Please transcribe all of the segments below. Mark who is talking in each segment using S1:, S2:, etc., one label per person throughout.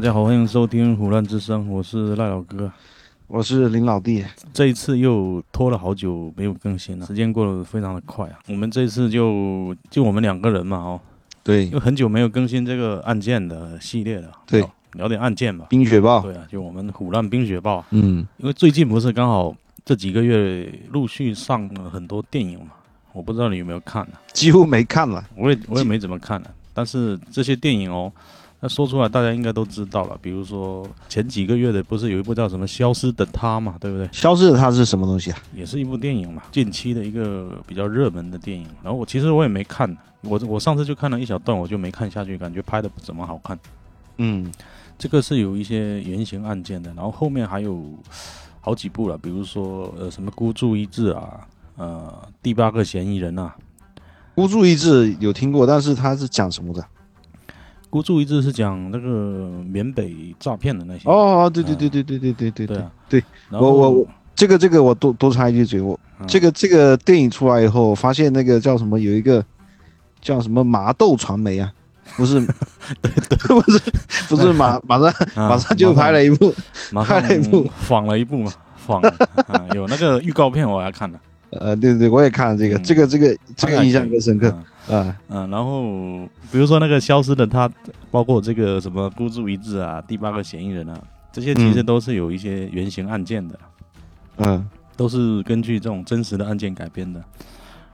S1: 家好，欢迎收听《胡乱之声》，我是赖老哥。
S2: 我是林老弟，
S1: 这一次又拖了好久没有更新了，时间过得非常的快啊。我们这次就就我们两个人嘛，哦，
S2: 对
S1: 又很久没有更新这个案件的系列了。
S2: 对
S1: 好，聊点案件吧。
S2: 冰雪暴，
S1: 对啊，就我们虎烂冰雪暴啊，
S2: 嗯，
S1: 因为最近不是刚好这几个月陆续上了很多电影嘛，我不知道你有没有看啊，
S2: 几乎没看了，
S1: 我也我也没怎么看啊，但是这些电影哦。那说出来大家应该都知道了，比如说前几个月的不是有一部叫什么《消失的她》嘛，对不对？
S2: 消失的他是什么东西啊？
S1: 也是一部电影嘛，近期的一个比较热门的电影。然后我其实我也没看，啊我我上次就看了一小段，我就没看下去，感觉拍的不怎么好看。
S2: 嗯，
S1: 这个是有一些原型案件的，然后后面还有好几部了，比如说呃什么孤注一掷啊，呃第八个嫌疑人啊。
S2: 孤注一掷有听过，但是他是讲什么的？
S1: 孤注一掷是讲那个缅北诈骗的那些。，
S2: 哦，哦对对对对对对对
S1: 嗯
S2: 对
S1: 对啊，
S2: 对。
S1: 然后
S2: 我我我这个这个我多多插一句嘴，我
S1: 嗯
S2: 这个这个电影出来以后，发现那个叫什么有一个叫什么麻豆传媒啊，不是，不是不是马马上
S1: 啊
S2: 马上就拍了一部，
S1: 马上
S2: 拍了一部
S1: 仿了一部嘛，仿了、啊有那个预告片我还看了，
S2: 呃，对对，我也看了这个
S1: 嗯
S2: 这个这个这个印象更深刻
S1: 嗯
S2: 啊，
S1: 嗯，然后比如说那个消失的他，包括这个什么孤注一掷啊、第八个嫌疑人啊，这些其实都是有一些原型案件的，
S2: 嗯，
S1: 都是根据这种真实的案件改编的。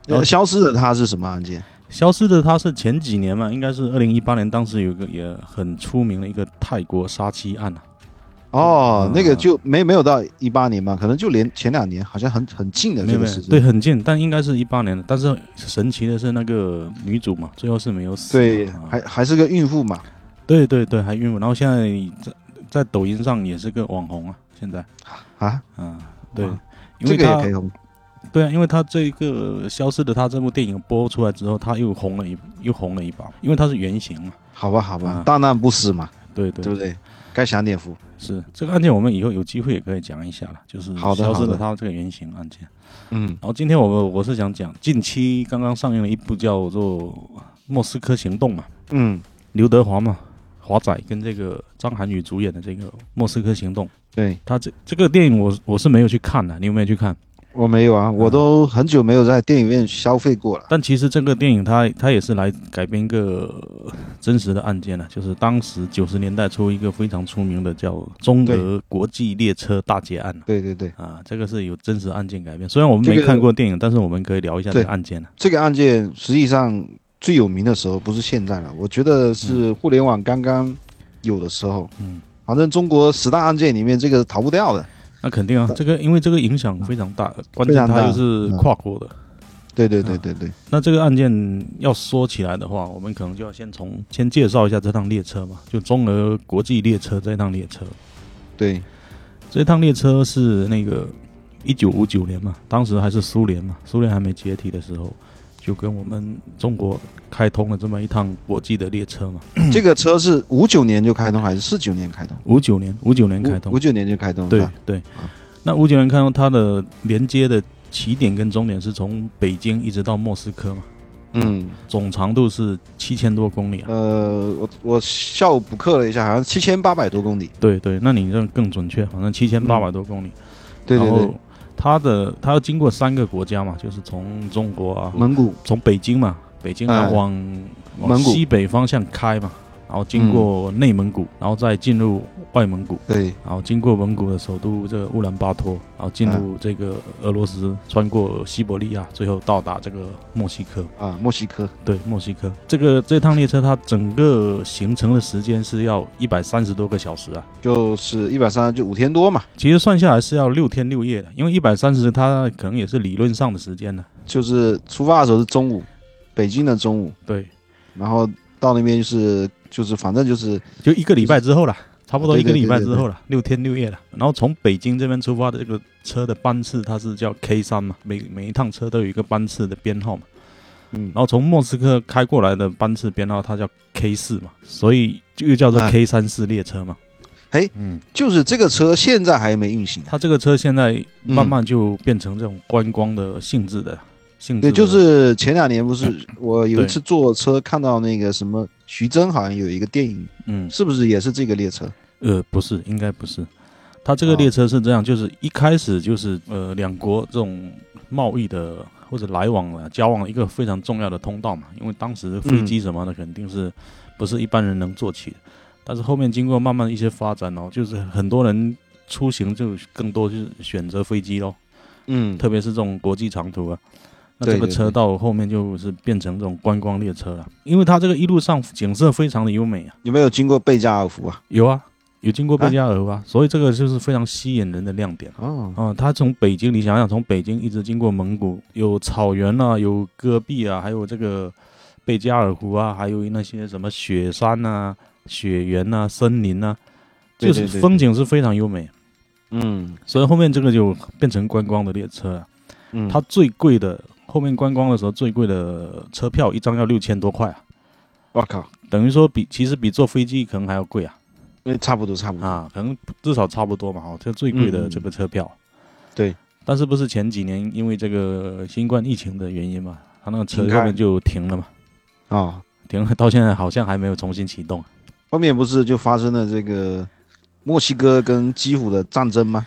S1: 然后
S2: 呃消失的他是什么案件？
S1: 消失的他是前几年嘛，应该是二零一八年，当时有一个也很出名的一个泰国杀妻案啊。
S2: 哦，
S1: 嗯
S2: 那个就没没有到一八年吧，可能就连前两年，好像很很近的
S1: 没
S2: 这
S1: 有没
S2: 个
S1: 有
S2: 时，间。
S1: 对，很近，但应该是一八年的。但是神奇的是，那个女主嘛，最后是没有死嘛。
S2: 对，
S1: 啊
S2: 还还是个孕妇嘛，
S1: 对对对，还孕妇，然后现在在在抖音上也是个网红啊，现在，
S2: 啊，
S1: 嗯，对
S2: 哇，
S1: 因
S2: 这
S1: 为
S2: 个
S1: 他
S2: 也可以红。
S1: 对啊，因为他这个消失的他这部电影播出来之后，他又红了一又红了一把，因为他是原型嘛，
S2: 好吧，好吧
S1: 嗯，
S2: 大难不死嘛，
S1: 对对
S2: 对不对？该享点福。
S1: 是这个案件，我们以后有机会也可以讲一下了，就是
S2: 好的
S1: 消失
S2: 好
S1: 的
S2: 的
S1: 他这个原型案件。
S2: 嗯，
S1: 然后今天我们我是想讲近期刚刚上映了一部叫做《莫斯科行动》嘛，
S2: 嗯，
S1: 刘德华嘛，华仔跟这个张涵予主演的这个《莫斯科行动》。
S2: 对
S1: 他这这个电影我我是没有去看的，你有没有去看？
S2: 我没有啊，我都很久没有在电影院消费过了。
S1: 但其实这个电影它它也是来改编一个呃真实的案件了、就是当时九十年代初一个非常出名的叫中德国际列车大劫案
S2: 对对对，
S1: 啊，这个是有真实案件改编。虽然我们
S2: 这
S1: 没
S2: 个
S1: 看过电影，但是我们可以聊一下这
S2: 对
S1: 个案件了、啊
S2: 这个案件实际上最有名的时候不是现在了，我觉得是互联网刚刚有的时候。
S1: 嗯，
S2: 反正中国十大案件里面，这个是逃不掉的。
S1: 那肯定啊，这个因为这个影响非常大，关
S2: 非
S1: 键
S2: 常大嗯
S1: 它又是跨国的。
S2: 对对对对对，
S1: 那这个案件要说起来的话，我们可能就要先从先介绍一下这趟列车嘛，就中俄国际列车这趟列车。
S2: 对，
S1: 这趟列车是那个一九五九年嘛，当时还是苏联嘛，苏联还没解体的时候，就跟我们中国开通了这么一趟国际的列车嘛。
S2: 这个车是五九年就开通还是四九年开通？
S1: 五九年，五九年开通
S2: 五，九年就开通。是
S1: 对
S2: 吧
S1: 对。那五九年开通，它的连接的起点跟终点是从北京一直到莫斯科嘛，
S2: 嗯，
S1: 总长度是七千多公里啊。
S2: 呃，我我下午补课了一下，好像七千八百多公里。
S1: 对对，那你这更准确，好像七千八百多公里。
S2: 对对
S1: 然
S2: 对
S1: 后，它的它要经过三个国家嘛，就是从中国啊、
S2: 蒙古，
S1: 从北京嘛，北京然后
S2: 嗯
S1: 往、往
S2: 蒙古
S1: 西北方向开嘛，然后经过内蒙
S2: 嗯
S1: 古，然后再进入外蒙古，
S2: 对
S1: 然后经过蒙古的首都这个乌兰巴托，然后进
S2: 哎
S1: 入这个俄罗斯，穿过西伯利亚，最后到达这个墨西哥。
S2: 啊，墨西哥，
S1: 对，墨西哥这个这趟列车它整个行程的时间是要一百三十多个小时啊。
S2: 就是一百三就五天多嘛，
S1: 其实算下来是要六天六夜的，因为一百三十它可能也是理论上的时间呢。
S2: 就是出发的时候是中午，北京的中午，
S1: 对，
S2: 然后到那边就是就是反正就是
S1: 就一个礼拜之后了，差不多一
S2: 对
S1: 个
S2: 对
S1: 礼拜之后了，六天六夜了。然后从北京这边出发的这个车的班次，它是叫 K 三嘛，每每一趟车都有一个班次的编号嘛。
S2: 嗯
S1: 然后从莫斯科开过来的班次编号，它叫 K 四嘛，所以就又叫做
S2: 啊
S1: K 三四列车嘛。
S2: 哎
S1: 嗯，
S2: 就是这个车现在还没运行啊，
S1: 它这个车现在
S2: 嗯
S1: 慢慢就变成这种观光的性质的性质的，
S2: 对，就是前两年不
S1: 嗯
S2: 是我有一次坐车看到那个什么徐峥好像有一个电影，
S1: 嗯，
S2: 是不是也是这个列车？
S1: 呃，不是，应该不是。它这个
S2: 哦
S1: 列车是这样，就是一开始就是呃两国这种贸易的或者来往啊交往的一个非常重要的通道嘛，因为当时
S2: 嗯
S1: 飞机什么的肯定是不是一般人能做起的。但是后面经过慢慢一些发展哦，就是很多人出行就更多就是选择飞机咯，
S2: 嗯，
S1: 特别是这种国际长途啊。那
S2: 对
S1: 这个
S2: 对
S1: 车
S2: 对
S1: 到后面就是变成这种观光列车了，因为它这个一路上景色非常的优美啊。
S2: 有没有经过贝加尔湖啊？
S1: 有啊，有经过贝加尔吧，所以这个就是非常吸引人的亮点
S2: 哦，
S1: 啊。它从北京，你想想，从北京一直经过蒙古，有草原啊，有戈壁啊，还有这个贝加尔湖啊，还有那些什么雪山呐、雪原呐、森林呐、
S2: 对
S1: 就
S2: 对
S1: 是
S2: 对
S1: 风景是非常优美。
S2: 嗯
S1: 所以后面这个就变成观光的列车了。
S2: 嗯，
S1: 它最贵的后面观光的时候，最贵的车票一张要六千多块啊，
S2: 我靠，
S1: 等于说比其实比坐飞机可能还要贵啊。
S2: 那差不多差不多，
S1: 啊，可能至少差不多嘛，哈，这最贵的这个车票。
S2: 嗯对，
S1: 但是不是前几年因为这个新冠疫情的原因嘛，他那个车
S2: 停开
S1: 后面就停了嘛，
S2: 哦，
S1: 停了到现在好像还没有重新启动。
S2: 后面不是就发生了这个墨西哥跟基辅的战争吗？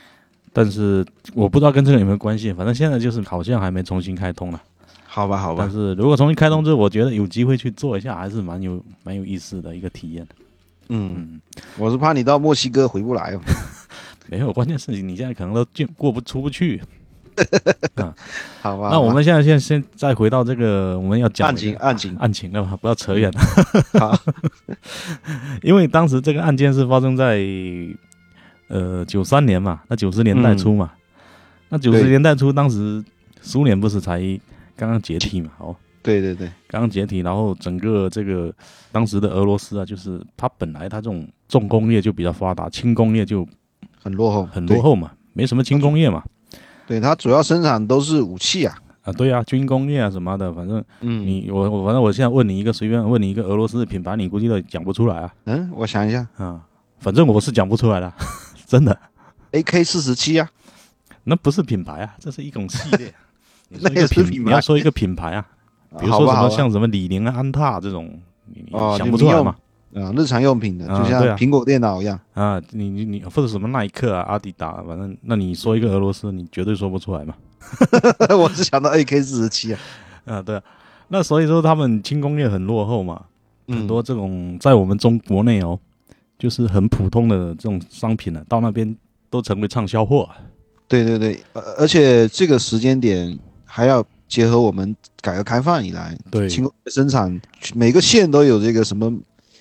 S1: 但是我不知道跟这个有没有关系，反正现在就是好像还没重新开通了。
S2: 好吧，好吧
S1: 但，是如果重新开通之后，我觉得有机会去做一下，还是蛮有蛮有意思的一个体验。
S2: 嗯，
S1: 嗯，
S2: 我是怕你到墨西哥回不来 哦。
S1: 没有，关键是你现在可能都进过不出不去。
S2: 好啊吧，
S1: 那我
S2: 好吧
S1: 们现在现在现在再回到这个我们要讲
S2: 案
S1: 的
S2: 情案情，
S1: 案情了吧，不要扯远了。
S2: 嗯好，
S1: 因为当时这个案件是发生在呃九三年嘛，那九十年代初嘛，那九十
S2: 对
S1: 年代初当时苏联不是才刚刚解体嘛，哦，
S2: 对对对，
S1: 刚刚解体，然后整个这个当时的俄罗斯啊，就是它本来它这种重工业就比较发达，轻工业就
S2: 很落后，
S1: 很落后嘛，没什么轻工业嘛，
S2: 对。对，它主要生产都是武器啊。
S1: 啊，对啊，军工业啊什么的，反正
S2: 嗯，
S1: 你我我反正我现在问你一个随便问你一个俄罗斯的品牌，你估计都讲不出来啊，
S2: 嗯，我想一下
S1: 啊，反正我是讲不出来的， 真的。
S2: ，AK 四十七啊，
S1: 那不是品牌啊，这是一种系 列。你说
S2: 那
S1: 一
S2: 也
S1: 个
S2: 是
S1: 品，
S2: 品
S1: 你
S2: 牌
S1: 要说一个品牌 啊，比如
S2: 好
S1: 说
S2: 吧
S1: 什
S2: 好
S1: 么
S2: 吧
S1: 像什么李宁啊、安踏这种，你你
S2: 哦
S1: 想
S2: 就
S1: 不出来
S2: 民
S1: 嘛？
S2: 啊，日常用品的，
S1: 啊
S2: 就像
S1: 对啊
S2: 苹果电脑一样。
S1: 啊，你你你或者什么耐克啊、阿迪达啊，反正那你说一个俄罗斯，你绝对说不出来嘛。
S2: 我是想到 AK 四十七啊，
S1: 啊，对啊。那所以说他们轻工业很落后嘛，很
S2: 嗯
S1: 多这种在我们中国内哦，就是很普通的这种商品呢、啊到那边都成为畅销货啊。
S2: 对对对，而而且这个时间点还要结合我们改革开放以来，
S1: 对
S2: 轻工业生产每个县都有这个什么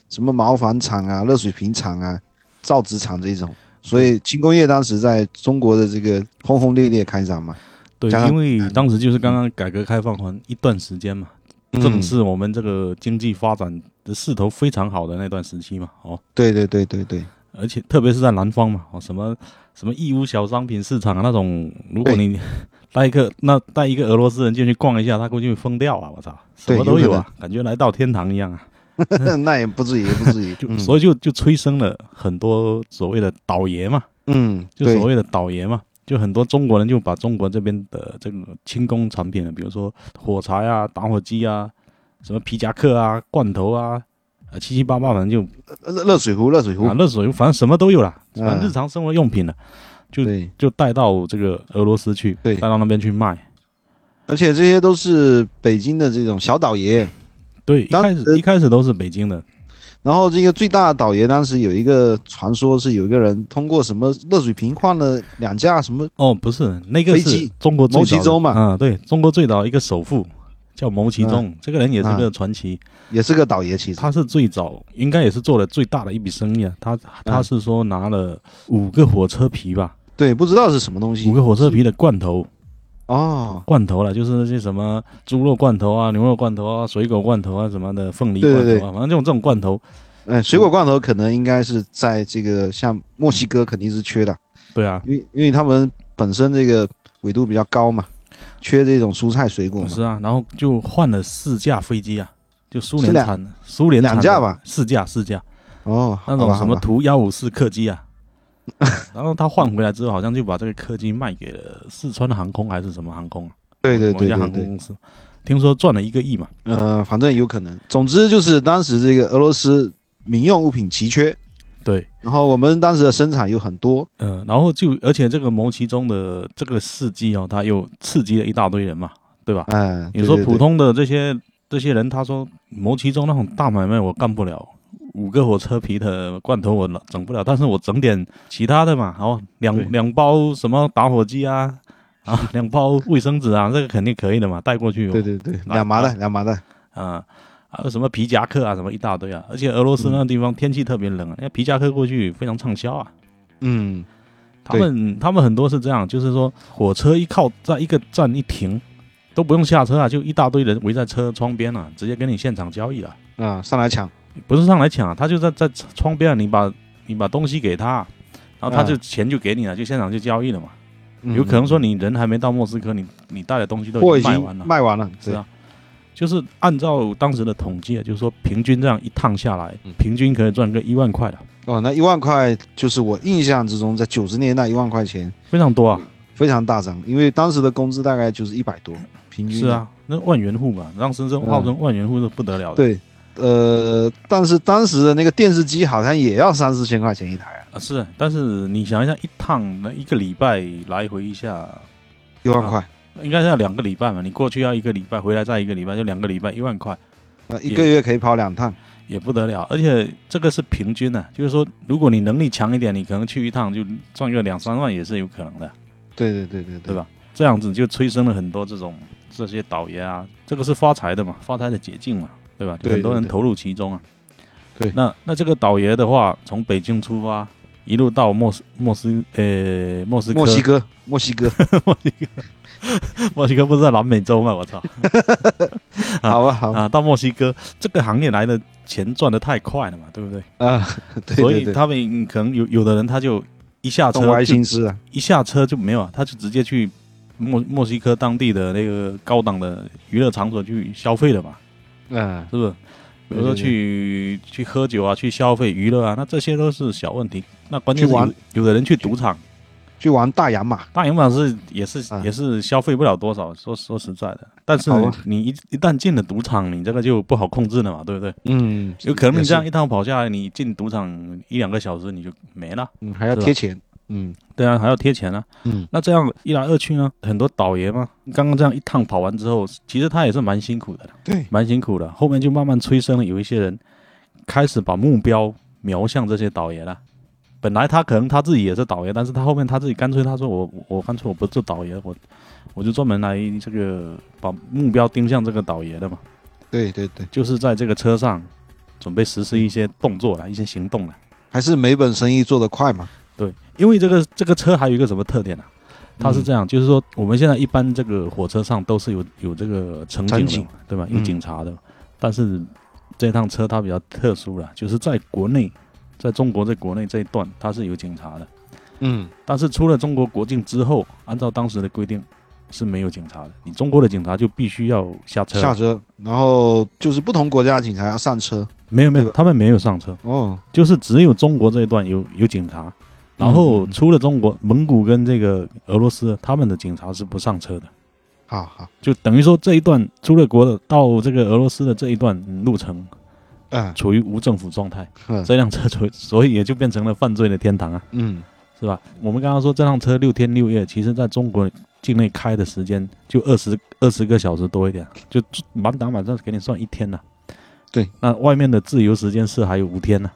S2: 什么毛纺厂啊、热水瓶厂啊、造纸厂这一种，所以轻工业当时在中国的这个轰轰烈烈开展嘛，
S1: 对，
S2: 加上嗯
S1: 因为当时就是刚刚改革开放还一段时间嘛，
S2: 嗯
S1: 正是我们这个经济发展的势头非常好的那段时期嘛，哦，
S2: 对对对对对，
S1: 而且特别是在南方嘛，哦，什么什么义乌小商品市场啊那种，如果你 带一个那带一个俄罗斯人进去逛一下，他估计会疯掉啊！我操，什
S2: 对
S1: 么都
S2: 有
S1: 有
S2: 可
S1: 啊，感觉来到天堂一样啊！
S2: 那也不至于，也不至于，
S1: 就、
S2: 嗯
S1: 所以就就催生了很多所谓的倒爷嘛，
S2: 嗯，
S1: 就所
S2: 对，
S1: 谓的倒爷嘛，就很多中国人就把中国这边的这个轻工产品啊，比如说火柴啊、打火机啊、什么皮夹克啊、罐头啊，呃，七七八八，反正就
S2: 热热水壶，热水壶，
S1: 啊，热水反正什么都有啦，
S2: 嗯
S1: 反正日常生活用品了，就
S2: 对，
S1: 就带到这个俄罗斯去，
S2: 对
S1: 带到那边去卖。
S2: 而且这些都是北京的这种小倒爷，
S1: 对，一
S2: 当
S1: 开始
S2: 时
S1: 一开始都是北京的，
S2: 然后这个最大的倒爷当时有一个传说是有一个人通过什么热水瓶换了两架什么，
S1: 哦，不是那个
S2: 飞
S1: 是
S2: 机
S1: 中国最
S2: 牟
S1: 早
S2: 其
S1: 的
S2: 中嘛
S1: 啊，对中国最早的一个首富叫牟其中，
S2: 嗯
S1: 这个人也是个传奇，
S2: 也是个倒爷其实。
S1: 他是最早，应该也是做了最大的一笔生意啊。他
S2: 嗯
S1: 他是说拿了五个火车皮吧，
S2: 对，不知道是什么东
S1: 五
S2: 西
S1: 个火车皮的罐头，
S2: 哦。
S1: 罐头了，就是那些什么猪肉罐头啊、牛肉罐头啊、水果罐头啊什么的，凤梨
S2: 对
S1: 罐头
S2: 对
S1: 啊，
S2: 对
S1: 反正这种这种罐头，
S2: 嗯，水果罐头可能应该是在这个像墨西哥肯定是缺的，
S1: 对啊，
S2: 因为因为他们本身这个纬度比较高嘛，缺这种蔬菜水果嘛。
S1: 是啊，然后就换了四架飞机啊，就苏
S2: 是
S1: 联
S2: 两
S1: 产的，苏联产的
S2: 两架吧，
S1: 四架四架，
S2: 哦，
S1: 那
S2: 好吧
S1: 种什
S2: 好
S1: 么
S2: 吧，
S1: 图幺五四客机 啊。然后他换回来之后，好像就把这个客机卖给了四川的航空还是什么航空啊？
S2: 对对
S1: 某一
S2: 对
S1: 家
S2: 对
S1: 航空
S2: 对，
S1: 公司，听说赚了一个亿嘛。
S2: 呃，反正有可能。总之就是当时这个俄罗斯民用物品奇缺，
S1: 对，
S2: 然后我们当时的生产有很多，
S1: 嗯、然后就而且这个谋其中的这个事迹哦，他又刺激了一大堆人嘛，对吧？
S2: 哎，
S1: 你说
S2: 对对
S1: 普
S2: 对
S1: 通的这些这些人，他说谋其中那种大买卖我干不了，五个火车皮的罐头我整不了，但是我整点其他的嘛，哦，两
S2: 对
S1: 两包什么打火机啊，啊，两包卫生纸啊，这个肯定可以的嘛，带过去、哦。
S2: 对对对，
S1: 拿
S2: 两麻袋两麻袋，
S1: 啊，还有什么皮夹克啊，什么一大堆啊。而且俄罗斯那个地方天气特别冷啊，那、皮夹克过去非常畅销啊。
S2: 嗯，
S1: 他们他们很多是这样，就是说火车一靠在一个站一停，都不用下车啊，就一大堆人围在车窗边啊，直接跟你现场交易啊，
S2: 啊，上来抢，
S1: 不是上来抢啊，他就在在窗边啊，你把你把东西给他。然后他就
S2: 啊
S1: 钱就给你了，就现场就交易了嘛。
S2: 嗯
S1: 有可能说你人还没到莫斯科，你你带的东西都
S2: 货
S1: 已
S2: 已
S1: 经卖
S2: 经
S1: 完了。
S2: 卖完了，
S1: 是
S2: 对，
S1: 啊，就是按照当时的统计，啊就是说平均这样一趟下来，
S2: 嗯
S1: 平均可以赚个一万块的，啊
S2: 哦，那一万块就是我印象之中，在九十年代一万块钱
S1: 非常多啊。
S2: 非常大涨，因为当时的工资大概就是一百多，平均
S1: 是
S2: 的，
S1: 啊，那万元户嘛，让深圳
S2: 嗯
S1: 号称万元户是不得了的。
S2: 对，呃，但是当时的那个电视机好像也要三四千块钱一台
S1: 啊，
S2: 啊，
S1: 是，但是你想一下，一趟那一个礼拜来回一下，
S2: 一万块，
S1: 应该是要两个礼拜嘛。你过去要一个礼拜，回来再一个礼拜，就两个礼拜，一万块
S2: 那呃一个月可以跑两趟，
S1: 也不得了。而且这个是平均的、就是说，如果你能力强一点，你可能去一趟就赚个两三万也是有可能的。
S2: 对对对对
S1: 对吧？这样子就催生了很多这种这些倒爷啊，这个是发财的嘛，发财的捷径嘛，对吧？就
S2: 对
S1: 很多
S2: 对
S1: 人
S2: 对
S1: 投入其中啊。
S2: 对
S1: 那那这个倒爷的话，从北京出发，一路到莫斯莫斯呃莫斯科
S2: 墨西哥，墨 西哥，
S1: 莫西哥墨西哥不是在南美洲吗？我 操啊
S2: 好吧，好吧，
S1: 啊！到墨西哥这个行业来的钱赚的太快了嘛，对不对？
S2: 啊，对
S1: 所
S2: 对
S1: 以
S2: 对，
S1: 他们可能有有的人他就一下
S2: 动
S1: 车
S2: 歪
S1: 就
S2: 心思啊，
S1: 一下车就没有啊，他就直接去墨墨西哥当地的那个高档的娱乐场所去消费了嘛，
S2: 嗯，
S1: 是不是？比如说
S2: 对对对
S1: 去去喝酒啊，去消费娱乐啊，那这些都是小问题。那关键
S2: 去
S1: 是
S2: 玩
S1: 有有的人去赌场，
S2: 去玩大洋马，
S1: 大洋马是也是、
S2: 啊
S1: 也是消费不了多少，说说实在的。但是
S2: 好啊
S1: 你一一旦进了赌场，你这个就不好控制了嘛，对不对？
S2: 嗯，
S1: 有可能你这样
S2: 也是，
S1: 一趟跑下来，你进赌场一两个小时你就没了。
S2: 嗯，还要
S1: 是吧
S2: 贴钱，嗯
S1: 对啊，还要贴钱啊。
S2: 嗯，
S1: 那这样一来二去呢，很多倒爷嘛，刚刚这样一趟跑完之后，其实他也是蛮辛苦的，
S2: 对，
S1: 蛮辛苦的。后面就慢慢催生了，有一些人开始把目标瞄向这些倒爷了。本来他可能他自己也是倒爷，但是他后面他自己干脆他说我我我干脆我不做倒爷，我我就专门来这个把目标盯向这个倒爷的嘛，
S2: 对对对，
S1: 就是在这个车上准备实施一些动作了，一些行动了。
S2: 还是每本生意做得快嘛，
S1: 对，因为这个这个车还有一个什么特点呢、啊它
S2: 嗯
S1: 是这样，就是说我们现在一般这个火车上都是有有这个乘警的
S2: 乘
S1: 嘛，
S2: 警
S1: 对吧？
S2: 嗯
S1: 有警察的，但是这趟车它比较特殊了，就是在国内，在中国在国内这一段它是有警察的，
S2: 嗯，
S1: 但是出了中国国境之后，按照当时的规定是没有警察的，你中国的警察就必须要下车，
S2: 下车，然后就是不同国家的警察要上车，
S1: 没有没有，
S2: 对吧
S1: 他们没有上车，
S2: 哦，
S1: 就是只有中国这一段有有警察，然后出了中国，蒙古跟这个俄罗斯，他们的警察是不上车的，
S2: 好好，
S1: 就等于说这一段出了国的到这个俄罗斯的这一段嗯路程
S2: 嗯
S1: 处于无政府状态，
S2: 嗯
S1: 这辆车处于所以也就变成了犯罪的天堂啊，
S2: 嗯，
S1: 是吧？我们刚刚说这辆车六天六夜，其实在中国境内开的时间就二十二十个小时多一点，就满打满算给你算一天了、
S2: 对，
S1: 那外面的自由时间是还有五天呢、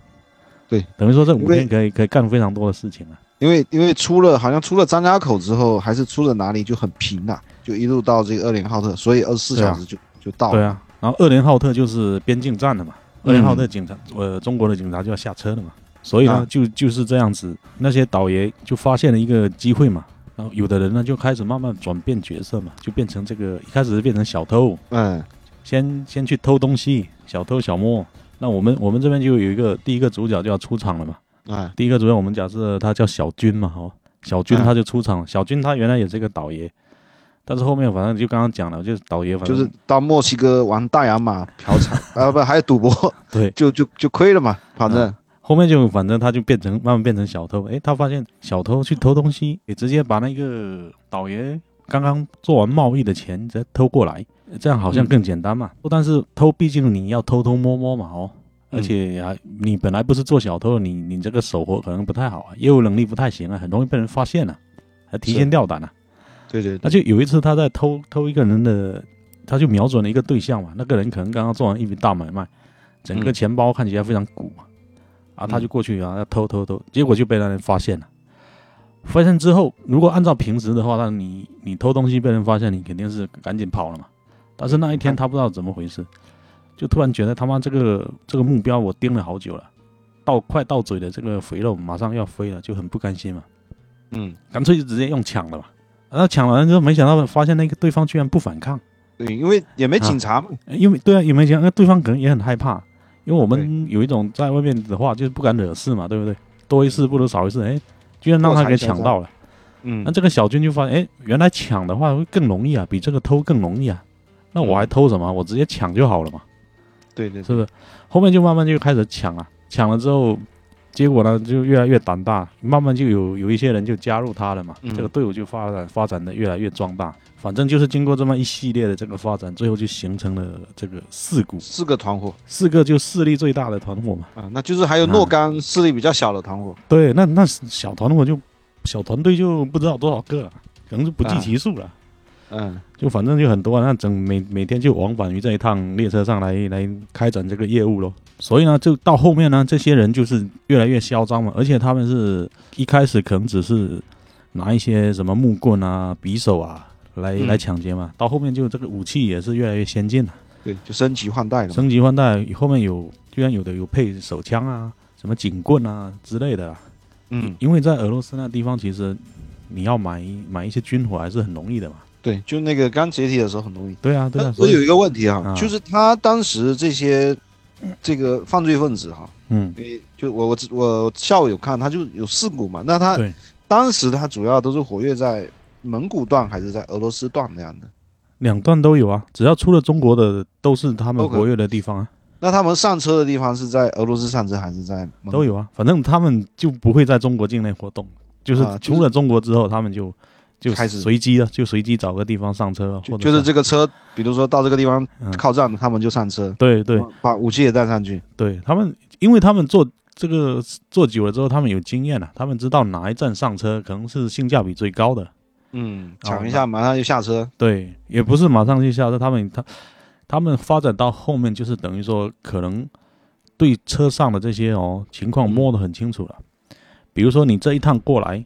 S2: 对，
S1: 等于说这
S2: 因
S1: 五
S2: 为
S1: 天可以可以干非常多的事情啊。
S2: 因为因为出了好像出了张家口之后，还是出了哪里就很平了、就一路到这个二连浩特，所以二十四
S1: 对啊
S2: 小时就、就到
S1: 对
S2: 了。
S1: 啊，然后二连浩特就是边境站了嘛，二连
S2: 嗯
S1: 浩特警察、呃中国的警察就要下车了嘛，所以呢、
S2: 啊
S1: 就就是这样子，那些倒爷就发现了一个机会嘛。然后有的人呢就开始慢慢转变角色嘛，就变成这个一开始是变成小偷，
S2: 嗯，
S1: 先先去偷东西，小偷小摸。那我们我们这边就有一个第一个主角就要出场了嘛。
S2: 哎，
S1: 第一个主角我们假设他叫小军嘛，哦，小军
S2: 嗯
S1: 他就出场了。小军他原来也是个倒爷，但是后面反正就刚刚讲了，就是倒爷，反
S2: 就
S1: 正
S2: 是到墨西哥玩大洋马嫖娼 啊，不还有赌博，
S1: 对。
S2: 就就就亏了嘛，反正、
S1: 后面就反正他就变成慢慢变成小偷。诶，他发现小偷去偷东西，也直接把那个倒爷刚刚做完贸易的钱直接偷过来，这样好像
S2: 嗯
S1: 更简单嘛。但是偷毕竟你要偷偷摸摸嘛，哦，而且还你本来不是做小偷的，你你这个手活可能不太好啊，业务能力不太行啊，很容易被人发现啊，还提
S2: 是
S1: 心吊胆啊。
S2: 对对
S1: 那
S2: 对，
S1: 就有一次他在偷偷一个人的，他就瞄准了一个对象嘛，那个人可能刚刚做完一笔大买卖，整个
S2: 嗯
S1: 钱包看起来非常鼓嘛，啊，他
S2: 嗯
S1: 就过去啊要偷偷偷，结果就被那人发现了。发现之后，如果按照平时的话，那你你偷东西被人发现，你肯定是赶紧跑了嘛。但是那一天他不知道怎么回事，就突然觉得他妈这个这个目标我盯了好久了，到快到嘴的这个肥肉马上要飞了，就很不甘心嘛。
S2: 嗯，
S1: 干脆就直接用抢了吧。然后抢完之后，没想到发现那个对方居然不反抗，
S2: 对，因为也没警察嘛，
S1: 呃因为对啊，也没想到对方可能也很害怕，因为我们有一种在外面的话就是不敢惹事嘛，对不对？多一事不如少一事，哎，居然让他给抢到了。
S2: 嗯
S1: 那，这个小军就发现，哎，原来抢的话会更容易啊，比这个偷更容易啊。那我还偷什么？我直接抢就好了嘛。
S2: 对对
S1: 是不是？后面就慢慢就开始抢了，抢了之后，结果呢就越来越胆大，慢慢就有有一些人就加入他了嘛，
S2: 嗯
S1: 这个队伍就发展发展的越来越壮大。反正就是经过这么一系列的这个发展，最后就形成了这个四股，
S2: 四个团伙
S1: 四个就势力最大的团伙嘛。
S2: 啊，那就是还
S1: 嗯
S2: 有若干势力比较小的团伙，
S1: 对，那那小团伙就小团队就不知道多少个了，可能是不计
S2: 啊
S1: 其数了。
S2: 嗯，
S1: 就反正就很多、啊，那整每每天就往返于这一趟列车上来来开展这个业务咯。所以呢，就到后面呢，这些人就是越来越嚣张嘛，而且他们是一开始可能只是拿一些什么木棍啊、匕首啊来、
S2: 嗯
S1: 来抢劫嘛，到后面就这个武器也是越来越先进了，
S2: 对，就升级换代了嘛，
S1: 升级换代，后面有居然有的有配手枪啊、什么警棍啊之类的啊、
S2: 嗯，
S1: 因为在俄罗斯那地方，其实你要买买一些军火还是很容易的嘛。
S2: 对，就那个刚解体的时候很容易。
S1: 对啊，对啊，所
S2: 我有一
S1: 以
S2: 个问题哈
S1: 啊，
S2: 就是他当时这些这个犯罪分子哈，
S1: 嗯，
S2: 诶，就我我只我下午有看，他就有四股嘛，那他
S1: 对
S2: 当时他主要都是活跃在蒙古段还是在俄罗斯段那样的？
S1: 两段都有啊，只要出了中国的，都是他们
S2: OK
S1: 活跃的地方啊，
S2: 那他们上车的地方是在俄罗斯上车还是在蒙古
S1: 都有啊。反正他们就不会在中国境内活动，就是
S2: 啊就是
S1: 出了中国之后，他们就就
S2: 开始
S1: 随机啊，就随机找个地方上车啊，
S2: 就
S1: 或者
S2: 就是
S1: 上
S2: 这个车，比如说到这个地方
S1: 嗯
S2: 靠站，他们就上车，
S1: 对对
S2: 把武器也带上去。
S1: 对，他们因为他们做这个做久了之后，他们有经验了、啊他们知道哪一站上车可能是性价比最高的，哦
S2: 嗯，抢一下，马上就下车。
S1: 对，也不是马上就下车，他们他他们发展到后面就是等于说，可能对车上的这些哦情况摸得很清楚了。比如说你这一趟过来，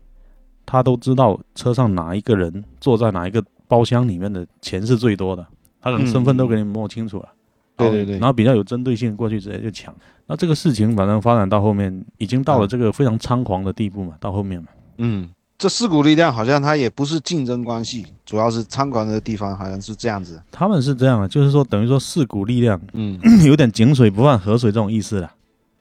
S1: 他都知道车上哪一个人坐在哪一个包厢里面的钱是最多的，他可能身份都给你摸清楚了。
S2: 对对对
S1: 然后比较有针对性过去直接就抢。那这个事情反正发展到后面，已经到了这个非常猖狂的地步嘛，到后面嘛。
S2: 嗯，这四股力量好像它也不是竞争关系，主要是参观的地方好像是这样子。
S1: 他们是这样的，就是说等于说四股力量
S2: 嗯
S1: 有点井水不犯河水这种意思了，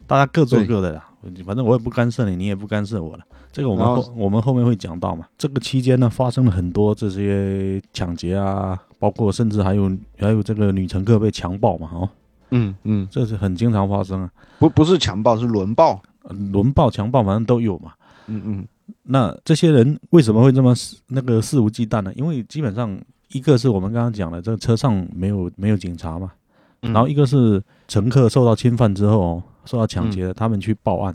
S1: 大家各做各的啦，反正我也不干涉你，你也不干涉我了。这个我们
S2: 然后
S1: 后我们后面会讲到嘛。这个期间呢，发生了很多这些抢劫啊，包括甚至还有还有这个女乘客被强暴嘛，哦，
S2: 嗯嗯，
S1: 这是很经常发生啊，
S2: 不不是强暴，是轮暴。
S1: 呃轮暴、强暴反正都有嘛。
S2: 嗯嗯，
S1: 那这些人为什么会这么肆那个肆无忌惮呢？因为基本上一个是我们刚刚讲的，这个车上没有没有警察嘛，
S2: 嗯
S1: 然后一个是乘客受到侵犯之后哦，受到抢劫，他们去报案，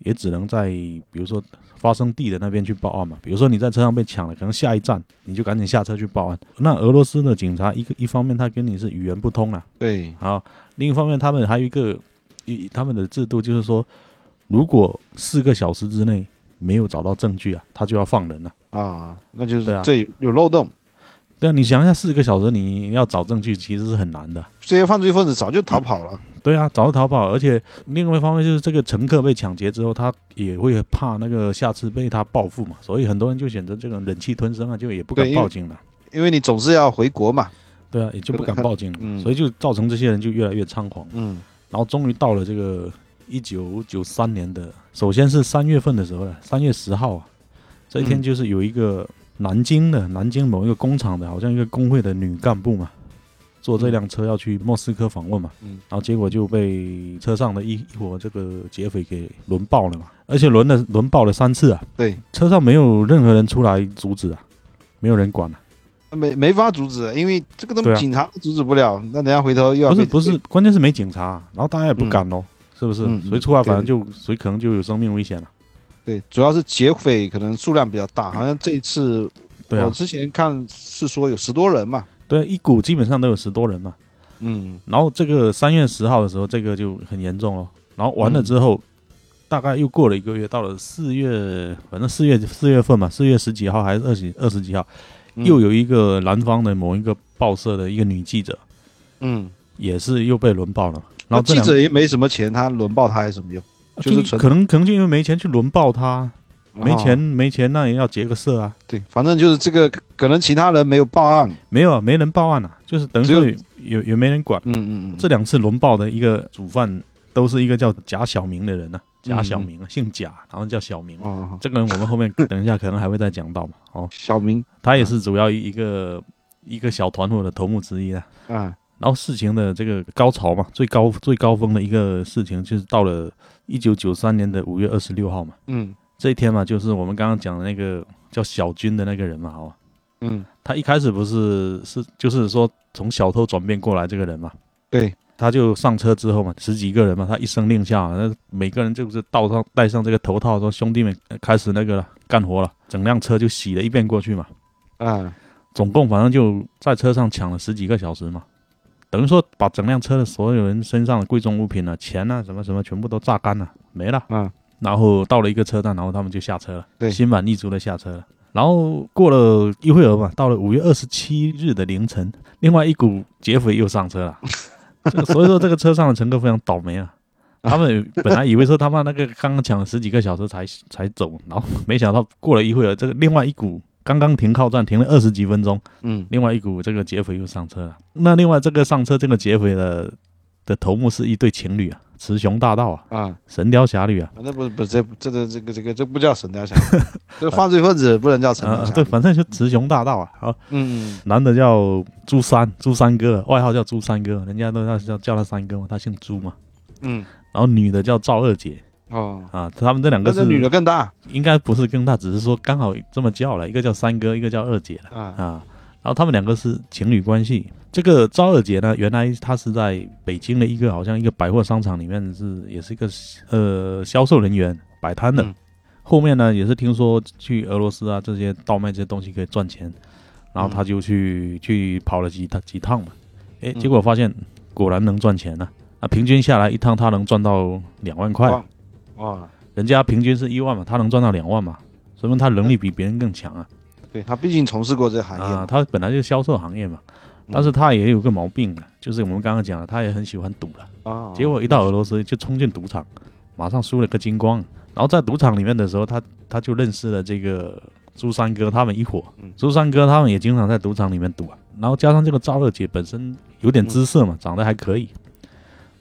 S1: 也只能在比如说发生地的那边去报案嘛。比如说你在车上被抢了，可能下一站你就赶紧下车去报案。那俄罗斯的警察一个一方面他跟你是语言不通啊，
S2: 对，
S1: 好，另一方面他们还有一个一他们的制度就是说，如果四个小时之内没有找到证据啊，他就要放人了、
S2: 啊，那就是
S1: 对啊
S2: 这有漏洞。
S1: 对啊，你想一下，四个小时你要找证据其实是很难的。
S2: 这些犯罪分子早就逃跑了。
S1: 对啊，早就逃跑，而且另外一方面就是这个乘客被抢劫之后，他也会怕那个下次被他报复嘛，所以很多人就选择这种忍气吞声啊，就也不敢
S2: 对因为
S1: 报警了。
S2: 因为你总是要回国嘛。
S1: 对啊，也就不敢报警了，
S2: 嗯
S1: 所以就造成这些人就越来越猖狂。
S2: 嗯
S1: 然后终于到了这个一九九三年的，首先是三月份的时候了，三月十号啊，这一天
S2: 嗯
S1: 就是有一个南京的南京某一个工厂的，好像一个工会的女干部嘛，坐这辆车要去莫斯科访问嘛，
S2: 嗯，
S1: 然后结果就被车上的一一伙这个劫匪给轮爆了嘛，而且轮了轮爆了三次啊，
S2: 对，
S1: 车上没有任何人出来阻止啊，没有人管啊。
S2: 没没法阻止，因为这个
S1: 对
S2: 东
S1: 啊
S2: 西警察阻止不了，那等下回头又要
S1: 不是
S2: 被
S1: 啊不是，关键是没警察，然后大家也不敢哦。是不是？
S2: 啊嗯
S1: 谁出来，
S2: 对
S1: 反正就谁可能就有生命危险了。
S2: 对，主要是劫匪可能数量比较大，好像这一次
S1: 对啊
S2: 我，之前看是说有十多人嘛，
S1: 对啊，一股基本上都有十多人嘛。
S2: 嗯，
S1: 然后这个三月十号的时候，这个就很严重了。然后完了之后，大概又过了一个月，到了四月，反正四月四月份嘛，四月十几号还是二十二十几号，
S2: 嗯
S1: 又有一个南方的某一个报社的一个女记者，
S2: 嗯，
S1: 也是又被轮爆了。然
S2: 那
S1: 后这
S2: 记
S1: 两
S2: 者也没什么钱，他轮爆他有什么用？就是
S1: 就
S2: 纯
S1: 可能可能就因为没钱去轮爆他，没钱、
S2: 哦
S1: 没钱那也要结个社啊。
S2: 对，反正就是这个，可能其他人没有报案，
S1: 没有啊，没人报案啊，就是等于
S2: 只有
S1: 说也也没人管。
S2: 嗯嗯嗯，
S1: 这两次轮爆的一个主犯都是一个叫贾小明的人呢、贾小明啊，姓贾，然后叫小明。
S2: 嗯哦，
S1: 这个人我们后面等一下可能还会再讲到嘛。哦，
S2: 小明
S1: 他也是主要一个一个小团伙的头目之一啊。
S2: 啊，
S1: 然后事情的这个高潮嘛，最高最高峰的一个事情就是到了一九九三年的五月二十六号嘛，
S2: 嗯
S1: 这一天嘛，就是我们刚刚讲的那个叫小军的那个人嘛，哦，
S2: 嗯，
S1: 他一开始不是是就是说从小偷转变过来这个人嘛，
S2: 对，
S1: 他就上车之后嘛，十几个人嘛，他一声令下，那每个人就是到上戴上这个头套，说兄弟们呃开始那个了，干活了，整辆车就洗了一遍过去嘛，
S2: 啊，
S1: 总共反正就在车上抢了十几个小时嘛，等于说把整辆车的所有人身上的贵重物品啊、钱啊、什么什么全部都榨干了，没了。
S2: 嗯，
S1: 然后到了一个车站，然后他们就下车了，
S2: 对
S1: 心满意足的下车了。然后过了一会儿嘛，到了五月二十七日的凌晨，另外一股劫匪又上车了。这个所以说，这个车上的乘客非常倒霉啊。他们本来以为说他妈那个刚刚抢了十几个小时才才走，然后没想到过了一会儿，这个另外一股刚刚停靠站停了二十几分钟，
S2: 嗯
S1: 另外一股这个劫匪又上车了。那另外这个上车这个劫匪的的头目是一对情侣啊，雌雄大盗啊，
S2: 啊，
S1: 神雕侠侣啊，
S2: 那不不这这这这个这个这不叫 神雕侠侣，这犯罪分子不能叫神雕
S1: 呃，
S2: 侠
S1: 对，
S2: 侣，
S1: 反正就雌雄大盗啊。好，
S2: 嗯嗯
S1: 男的叫朱三，朱三哥，外号叫朱三哥，人家都叫叫叫他三哥嘛，他姓朱嘛。
S2: 嗯，
S1: 然后女的叫赵二姐
S2: 哦，
S1: 啊，他们这两个
S2: 那
S1: 是
S2: 这女的更大
S1: 应该不是更大，只是说刚好这么叫了，一个叫三哥，一个叫二姐了。
S2: 啊，
S1: 啊，然后他们两个是情侣关系。这个赵二姐呢，原来她是在北京的一个好像一个百货商场里面是也是一个呃销售人员摆摊的，
S2: 嗯
S1: 后面呢也是听说去俄罗斯啊这些倒卖这些东西可以赚钱，然后她就去、去跑了几趟几趟嘛，诶，
S2: 嗯
S1: 结果发现果然能赚钱呢、啊，平均下来一趟她能赚到两万块，
S2: 哇哇，
S1: 人家平均是一万嘛，她能赚到两万嘛，说明她能力比别人更强啊。
S2: 对他毕竟从事过这个行业
S1: 啊，
S2: 嘛，
S1: 他本来就是销售行业嘛，但是他也有个毛病啊，就是我们刚刚讲了，他也很喜欢赌了。
S2: 啊，
S1: 结果一到俄罗斯就冲进赌场，马上输了个精光。然后在赌场里面的时候，他他就认识了这个朱三哥他们一伙
S2: 嗯。
S1: 朱三哥他们也经常在赌场里面赌啊。然后加上这个赵二姐本身有点姿色嘛，长得还可以，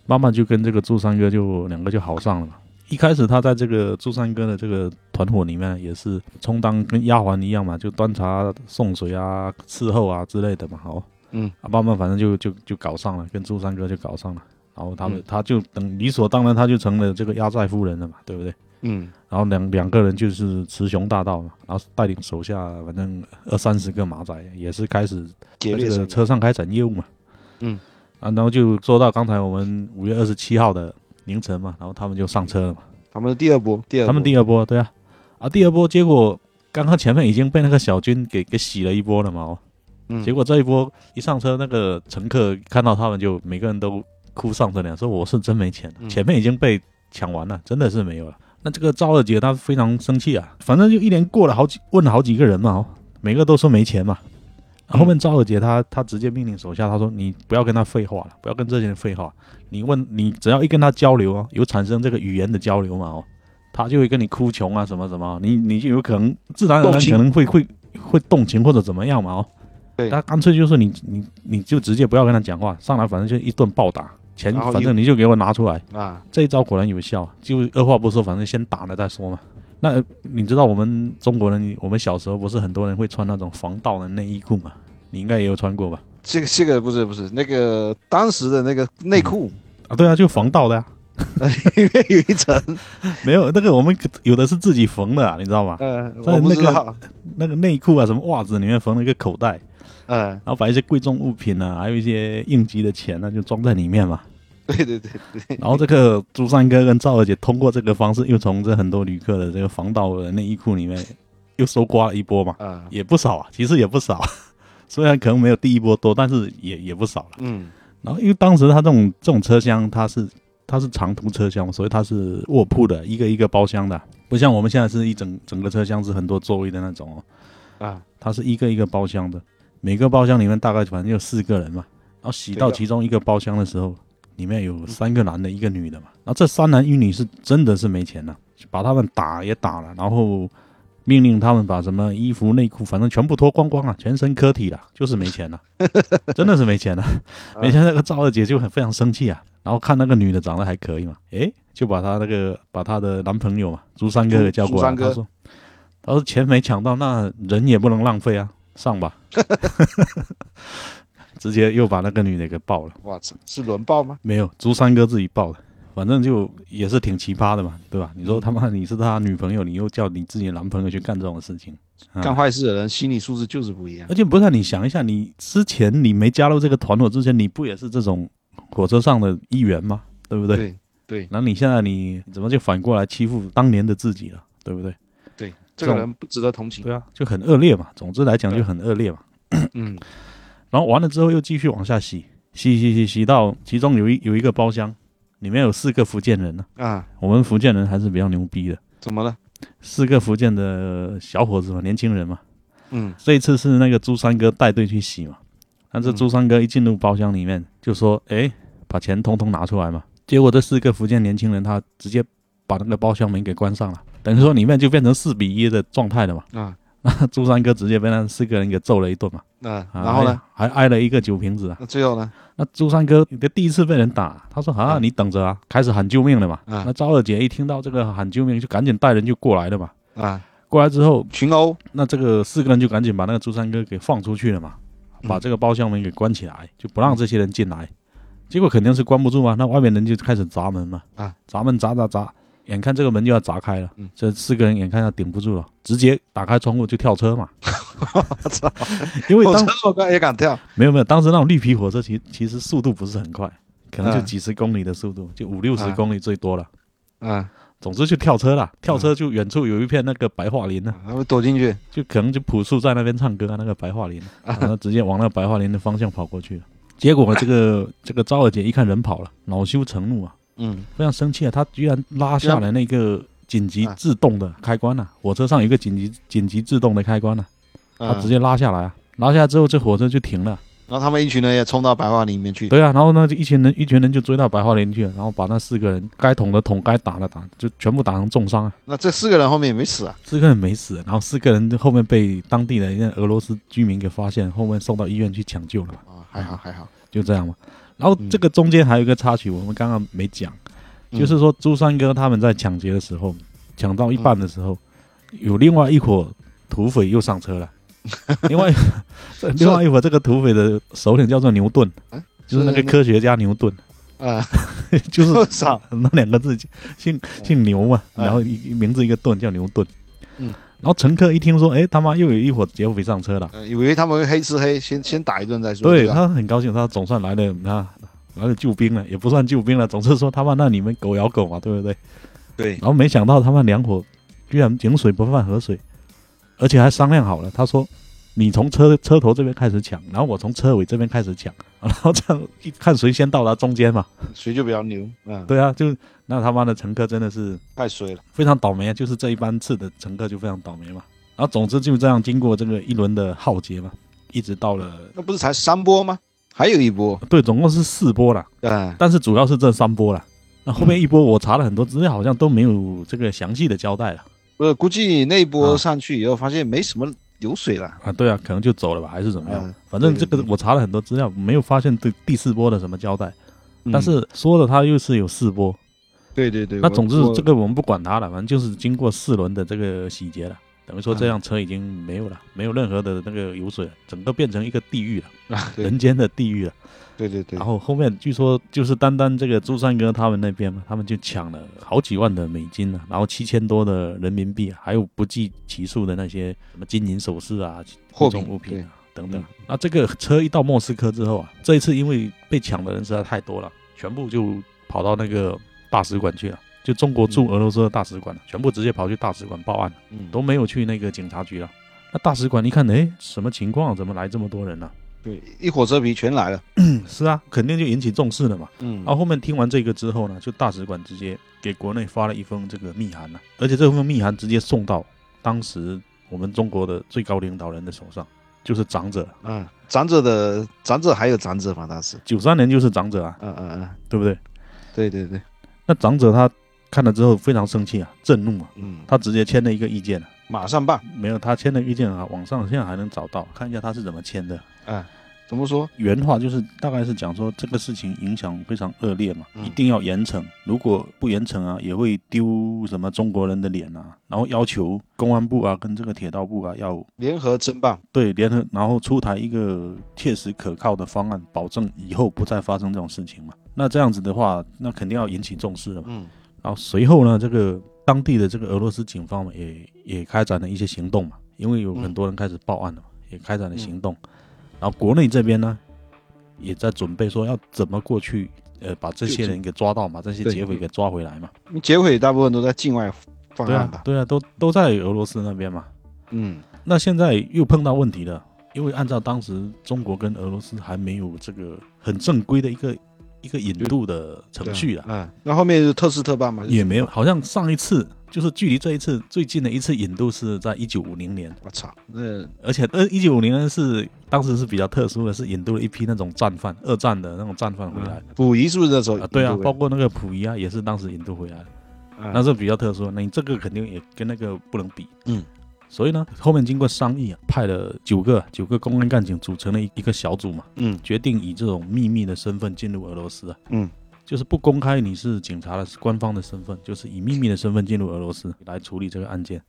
S1: 慢慢就跟这个朱三哥就两个就好上了嘛。一开始他在这个朱三哥的这个团伙里面啊也是充当跟丫鬟一样嘛，就端茶送水啊、伺候啊之类的嘛，哦，
S2: 嗯
S1: 啊，慢慢反正就就就搞上了，跟朱三哥就搞上了，然后他们、
S2: 嗯
S1: 他就等理所当然他就成了这个压寨夫人了嘛，对不对？
S2: 嗯
S1: 然后两两个人就是雌雄大盗嘛，然后带领手下反正二三十个马仔也是开始
S2: 劫
S1: 在
S2: 掠
S1: 这
S2: 生
S1: 个
S2: 意
S1: 车上开展业务嘛。
S2: 嗯，
S1: 啊，然后就说到刚才我们五月二十七号的凌晨嘛，然后他们就上车了嘛，
S2: 他们的第二波，第二波
S1: 他们第二波对啊，啊第二波结果刚刚前面已经被那个小军给给洗了一波了嘛哦，
S2: 嗯
S1: 结果这一波一上车，那个乘客看到他们就每个人都哭丧着脸说我是真没钱了，
S2: 嗯
S1: 前面已经被抢完了，真的是没有了。那这个赵二姐她非常生气啊，反正就一连过了好几问了好几个人嘛、哦，每个都说没钱嘛。
S2: 嗯
S1: 然后后面赵二姐她她直接命令手下，她说你不要跟他废话了，不要跟这些人废话，你问你只要一跟他交流哦，有产生这个语言的交流嘛哦，他就会跟你哭穷啊什么什么，你你就有可能自然而
S2: 动
S1: 然
S2: 情
S1: 可能会会会动情或者怎么样嘛哦。
S2: 对
S1: 他干脆就是你你你就直接不要跟他讲话，上来反正就一顿暴打，钱
S2: 然后
S1: 反
S2: 一
S1: 正你就给我拿出来。
S2: 啊，
S1: 这一招果然有效，就二话不说，反正先打了再说嘛。那呃你知道我们中国人，我们小时候不是很多人会穿那种防盗的内衣裤嘛？你应该也有穿过吧？
S2: 这个这个不是不是那个当时的那个内裤
S1: 啊，对啊，就防盗的呀、
S2: 里面有一层，
S1: 没有那个我们可有的是自己缝的、啊，你知道吗？
S2: 呃，
S1: 在
S2: 我不
S1: 那
S2: 知
S1: 个
S2: 道，
S1: 那个内裤啊，什么袜子里面缝了一个口袋，
S2: 嗯
S1: 啊 然后把一些贵重物品啊，还有一些应急的钱呢、就装在里面嘛。
S2: 对对对对，
S1: 然后这个朱三哥跟赵二姐通过这个方式，又从这很多旅客的这个防盗的内衣裤里面又搜刮了一波嘛，
S2: 啊，
S1: 也不少啊，其实也不少， 虽然可能没有第一波多，但是也也不少了。
S2: 嗯
S1: 然后因为当时他这种这种车厢，它是它是长途车厢嘛，所以它是卧铺的，一个一个包厢的，啊不像我们现在是一整整个车厢是很多座位的那种哦，
S2: 啊，
S1: 它是一个一个包厢的，每个包厢里面大概反正有哦四个人嘛，然后洗到
S2: 对的
S1: 其中一个包厢的时候，里面有三个男的，一个女的嘛，然后这三男一女是真的是没钱了、把他们打也打了，然后。命令他们把什么衣服、内裤，反正全部脱光光啊，全身科体了，就是没钱了， 真的是没钱了。
S2: 嗯
S1: 没想到那个赵二姐就很非常生气啊，然后看那个女的长得还可以嘛，诶，就把她那个把她的男朋友嘛，朱三哥给叫过来，
S2: 朱朱三哥
S1: 他说，他说钱没抢到，那人也不能浪费啊，上 吧，直接又把那个女的给抱了，
S2: 哇，是是轮爆吗？
S1: 没有，朱三哥自己抱的。反正就也是挺奇葩的嘛，对吧？你说他妈你是他女朋友，你又叫你自己的男朋友去干这种事情，啊
S2: 干坏事的人心理素质就是不一样
S1: 而。且不是啊、你想一下，你之前你没加入这个团伙之前，你不也是这种火车上的一员吗？对不对？
S2: 对对
S1: 那你现在你怎么就反过来欺负当年的自己了？对不对？
S2: 对，这
S1: 这
S2: 个
S1: 种
S2: 人不值得同情。
S1: 对啊，啊就很恶劣嘛。总之来讲
S2: 对
S1: 就很恶 劣嘛。
S2: 嗯
S1: 然后完了之后又继续往下洗，洗洗洗洗到其中有一有一个包厢，里面有四个福建人呢、
S2: 啊，
S1: 我们福建人还是比较牛逼的，
S2: 怎么了？
S1: 四个福建的小伙子嘛，年轻人嘛。
S2: 嗯
S1: 这一次是那个朱三哥带队去洗嘛，但是
S2: 嗯
S1: 朱三哥一进入包厢里面就说：“哎，把钱通通拿出来嘛。”结果这四个福建年轻人他直接把那个包厢门给关上了，等于说里面就变成四比一的状态了嘛。
S2: 啊，
S1: 那朱三哥直接被那四个人给揍了一顿嘛，
S2: 那、
S1: 啊
S2: 然后呢？
S1: 还还挨了一个酒瓶子啊。
S2: 那最后呢？
S1: 那朱三哥的第一次被人打，他说：“啊，
S2: 嗯
S1: 你等着啊！”开始喊救命了嘛。
S2: 嗯
S1: 那赵二姐一听到这个喊救命，就赶紧带人就过来了嘛。
S2: 啊，
S1: 过来之后，
S2: 群殴
S1: 那这个四个人就赶紧把那个朱三哥给放出去了嘛，
S2: 嗯
S1: 把这个包厢门给关起来，就不让这些人进来。结果肯定是关不住嘛，那外面人就开始砸门嘛，
S2: 啊，
S1: 砸门砸砸砸，眼看这个门就要砸开了，
S2: 嗯
S1: 这四个人眼看要顶不住了，直接打开窗户就跳车 嘛。 因为
S2: 我
S1: 当
S2: 这么快也敢跳
S1: 没有没有，当时那种绿皮火车其其实速度不是很快，可能就
S2: 啊
S1: 几十公里的速度，就五六十
S2: 啊
S1: 公里最多了。
S2: 啊！
S1: 总之就跳车了，跳车就远处有一片那个白桦林呢、啊
S2: 他会躲进去
S1: 就可能就朴树在那边唱歌啊，那个白桦林，然后直接往那个白桦林的方向跑过去了。结果这个这个赵二姐一看人跑了，恼羞成怒啊，
S2: 嗯
S1: 非常生气啊，她居然拉下来那个紧急制动的开关啊，火车上有一个紧急紧急制动的开关啊，她
S2: 啊
S1: 直，接拉下来啊，拉下来之后这火车就停了。
S2: 然后他们一群人也冲到白桦林里面去。
S1: 对啊，然后呢就一群人一群人就追到白桦林去了，然后把那四个人该捅的捅，该打的打，就全部打成重伤啊。
S2: 那这四个人后面也没死啊，
S1: 四个人没死，然后四个人后面被当地的一个俄罗斯居民给发现，后面送到医院去抢救了嘛，
S2: 啊，还好还好，
S1: 就这样嘛。然后这个中间还有一个插曲，我们刚刚没讲，
S2: 嗯
S1: 就是说朱三哥他们在抢劫的时候，抢到一半的时候，有另外一伙土匪又上车 了，另外一 伙这另外一伙这个土匪的首领叫做牛顿
S2: 嗯，
S1: 啊就是那个
S2: 是那
S1: 科学家牛顿，
S2: 啊，
S1: 就是
S2: 上，
S1: 那两个字姓姓牛嘛，
S2: 嗯
S1: 然后一名字一个顿叫牛顿。
S2: 嗯
S1: 然后乘客一听说，哎，他妈又有一伙劫匪上车了，
S2: 呃以为他们会黑吃黑，先先打一顿再说。
S1: 对
S2: 吧
S1: 他很高兴，他总算来了啊，来了救兵了，也不算救兵了，总是说他妈那你们狗咬狗嘛，对不 对？
S2: 对
S1: 然后没想到他们两伙居然井水不犯河水，而且还商量好了，他说你从车车头这边开始抢，然后我从车尾这边开始抢，然后这样一看谁先到达中间嘛，
S2: 谁就比较牛，嗯，
S1: 对啊，就那他妈的乘客真的是。
S2: 太衰了，
S1: 非常倒霉啊，就是这一班次的乘客就非常倒霉嘛。然后总之就这样，经过这个一轮的浩劫嘛，一直到了
S2: 那不是才三波吗？还有一波，
S1: 对，总共是四波啦，
S2: 啊，
S1: 但是主要是这三波啦。那后面一波我查了很多资料，好像都没有这个详细的交代了
S2: 不呃是，估计那一
S1: 啊
S2: 波上去以后发现没什么流水了，
S1: 啊。对啊，可能就走了吧，还是怎么样
S2: 嗯？
S1: 反正这
S2: 对
S1: 个
S2: 对
S1: 我查了很多资料，没有发现对第四波的什么交代。
S2: 嗯
S1: 但是说的他又是有四波，
S2: 对对对，
S1: 那
S2: 我
S1: 总之
S2: 我
S1: 这个我们不管它了，反正就是经过四轮的这个洗劫了，等于说这
S2: 嗯
S1: 辆车已经没有了，没有任何的那个油水了，整个变成一个地狱了。
S2: 啊，对
S1: 人间的地狱了。
S2: 对对对
S1: 然，后后面据说就是单单这个朱三哥他们那边嘛，他们就抢了好几万的美金啊，然后七千多的人民币，啊还有不计其数的那些什么金银首饰啊、
S2: 货
S1: 贵重
S2: 品
S1: 物品啊等等
S2: 嗯。
S1: 那这个车一到莫斯科之后啊，这一次因为被抢的人实在太多了，全部就跑到那个大使馆去了，就中国驻俄罗斯的大使馆了，全部直接跑去大使馆报案了，
S2: 嗯，
S1: 都没有去那个警察局了。那大使馆一看，哎，什么情况？怎么来这么多人呢、
S2: 对，一火车皮全来了，
S1: 嗯是啊，肯定就引起重视了嘛。
S2: 嗯
S1: 然啊后后面听完这个之后呢，就大使馆直接给国内发了一封这个密函了、而且这封密函直接送到当时我们中国的最高领导人的手上，就是长者。
S2: 嗯，长者的长者还有长者嘛，当时，
S1: 九三年就是长者啊，
S2: 嗯嗯嗯，
S1: 对不对？
S2: 对对对，
S1: 那长者他看了之后非常生气啊，震怒啊，
S2: 嗯，
S1: 他直接签了一个意见啊，
S2: 马上办，
S1: 没有他签的意见啊，网上现在还能找到，看一下他是怎么签的。
S2: 啊，怎么说？
S1: 原话就是大概是讲说这个事情影响非常恶劣嘛，
S2: 嗯
S1: 一定要严惩，如果不严惩啊，也会丢什么中国人的脸啊，然后要求公安部啊跟这个铁道部啊要
S2: 联合侦办，
S1: 对联合，然后出台一个切实可靠的方案，保证以后不再发生这种事情嘛。那这样子的话，那肯定要引起重视了嘛。
S2: 嗯
S1: 然后随后呢，这个当地的这个俄罗斯警方嘛，也也开展了一些行动嘛，因为有
S2: 嗯
S1: 很多人开始报案了嘛，也开展了行动。然后国内这边呢，也在准备说要怎么过去，呃，把这些人给抓到嘛，这些
S2: 对
S1: 劫匪给抓回来嘛。
S2: 劫匪大部分都在境外犯
S1: 对
S2: 案
S1: 啊
S2: 吧，？
S1: 对啊，都都在俄罗斯那边嘛。
S2: 嗯，
S1: 那现在又碰到问题了，因为按照当时中国跟俄罗斯还没有这个很正规的一个一个引渡的程序啊，
S2: 嗯，那后面就特事特办嘛，
S1: 也没有，好像上一次就是距离这一次最近的一次引渡是在一九五零年，
S2: 我操，那
S1: 而且呃一九五零年是当时是比较特殊的，是引渡了一批那种战犯，二战的那种战犯回来。
S2: 嗯溥仪是不是那时候
S1: 啊，对啊，
S2: 对
S1: 包括那个溥仪啊，也是当时引渡回来的，
S2: 嗯
S1: 那是比较特殊的。那你这个肯定也跟那个不能比，
S2: 嗯。
S1: 所以呢，后面经过商议啊，派了九个九个公安干警组成了一一个小组嘛，
S2: 嗯
S1: 决定以这种秘密的身份进入俄罗斯啊，
S2: 嗯
S1: 就是不公开你是警察的官方的身份，就是以秘密的身份进入俄罗斯来处理这个案件。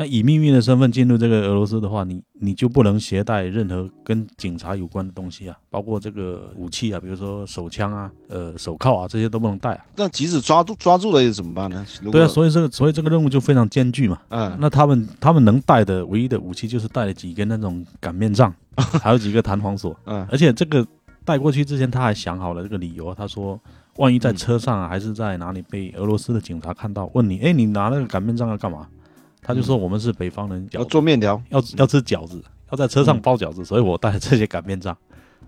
S1: 那以秘密的身份进入这个俄罗斯的话，你你就不能携带任何跟警察有关的东西啊，包括这个武器啊，比如说手枪啊、呃手铐啊，这些都不能带啊。
S2: 那即使抓住抓住了又怎么办呢？如果
S1: 对啊，所以这个所以这个任务就非常艰巨嘛。
S2: 嗯，
S1: 那他们他们能带的唯一的武器就是带了几根那种擀面 杖，还有几个弹簧锁。
S2: 嗯
S1: 而且这个带过去之前，他还想好了这个理由，啊他说，万
S2: 嗯
S1: 一在车上啊，还是在哪里被俄罗斯的警察看到，问你，哎，你拿那个擀面杖要干嘛？他就说我们是北方人，
S2: 嗯要
S1: 饺子
S2: 做面条，
S1: 要要吃饺子，要在车上
S2: 嗯
S1: 包饺子，所以我带了这些擀面杖。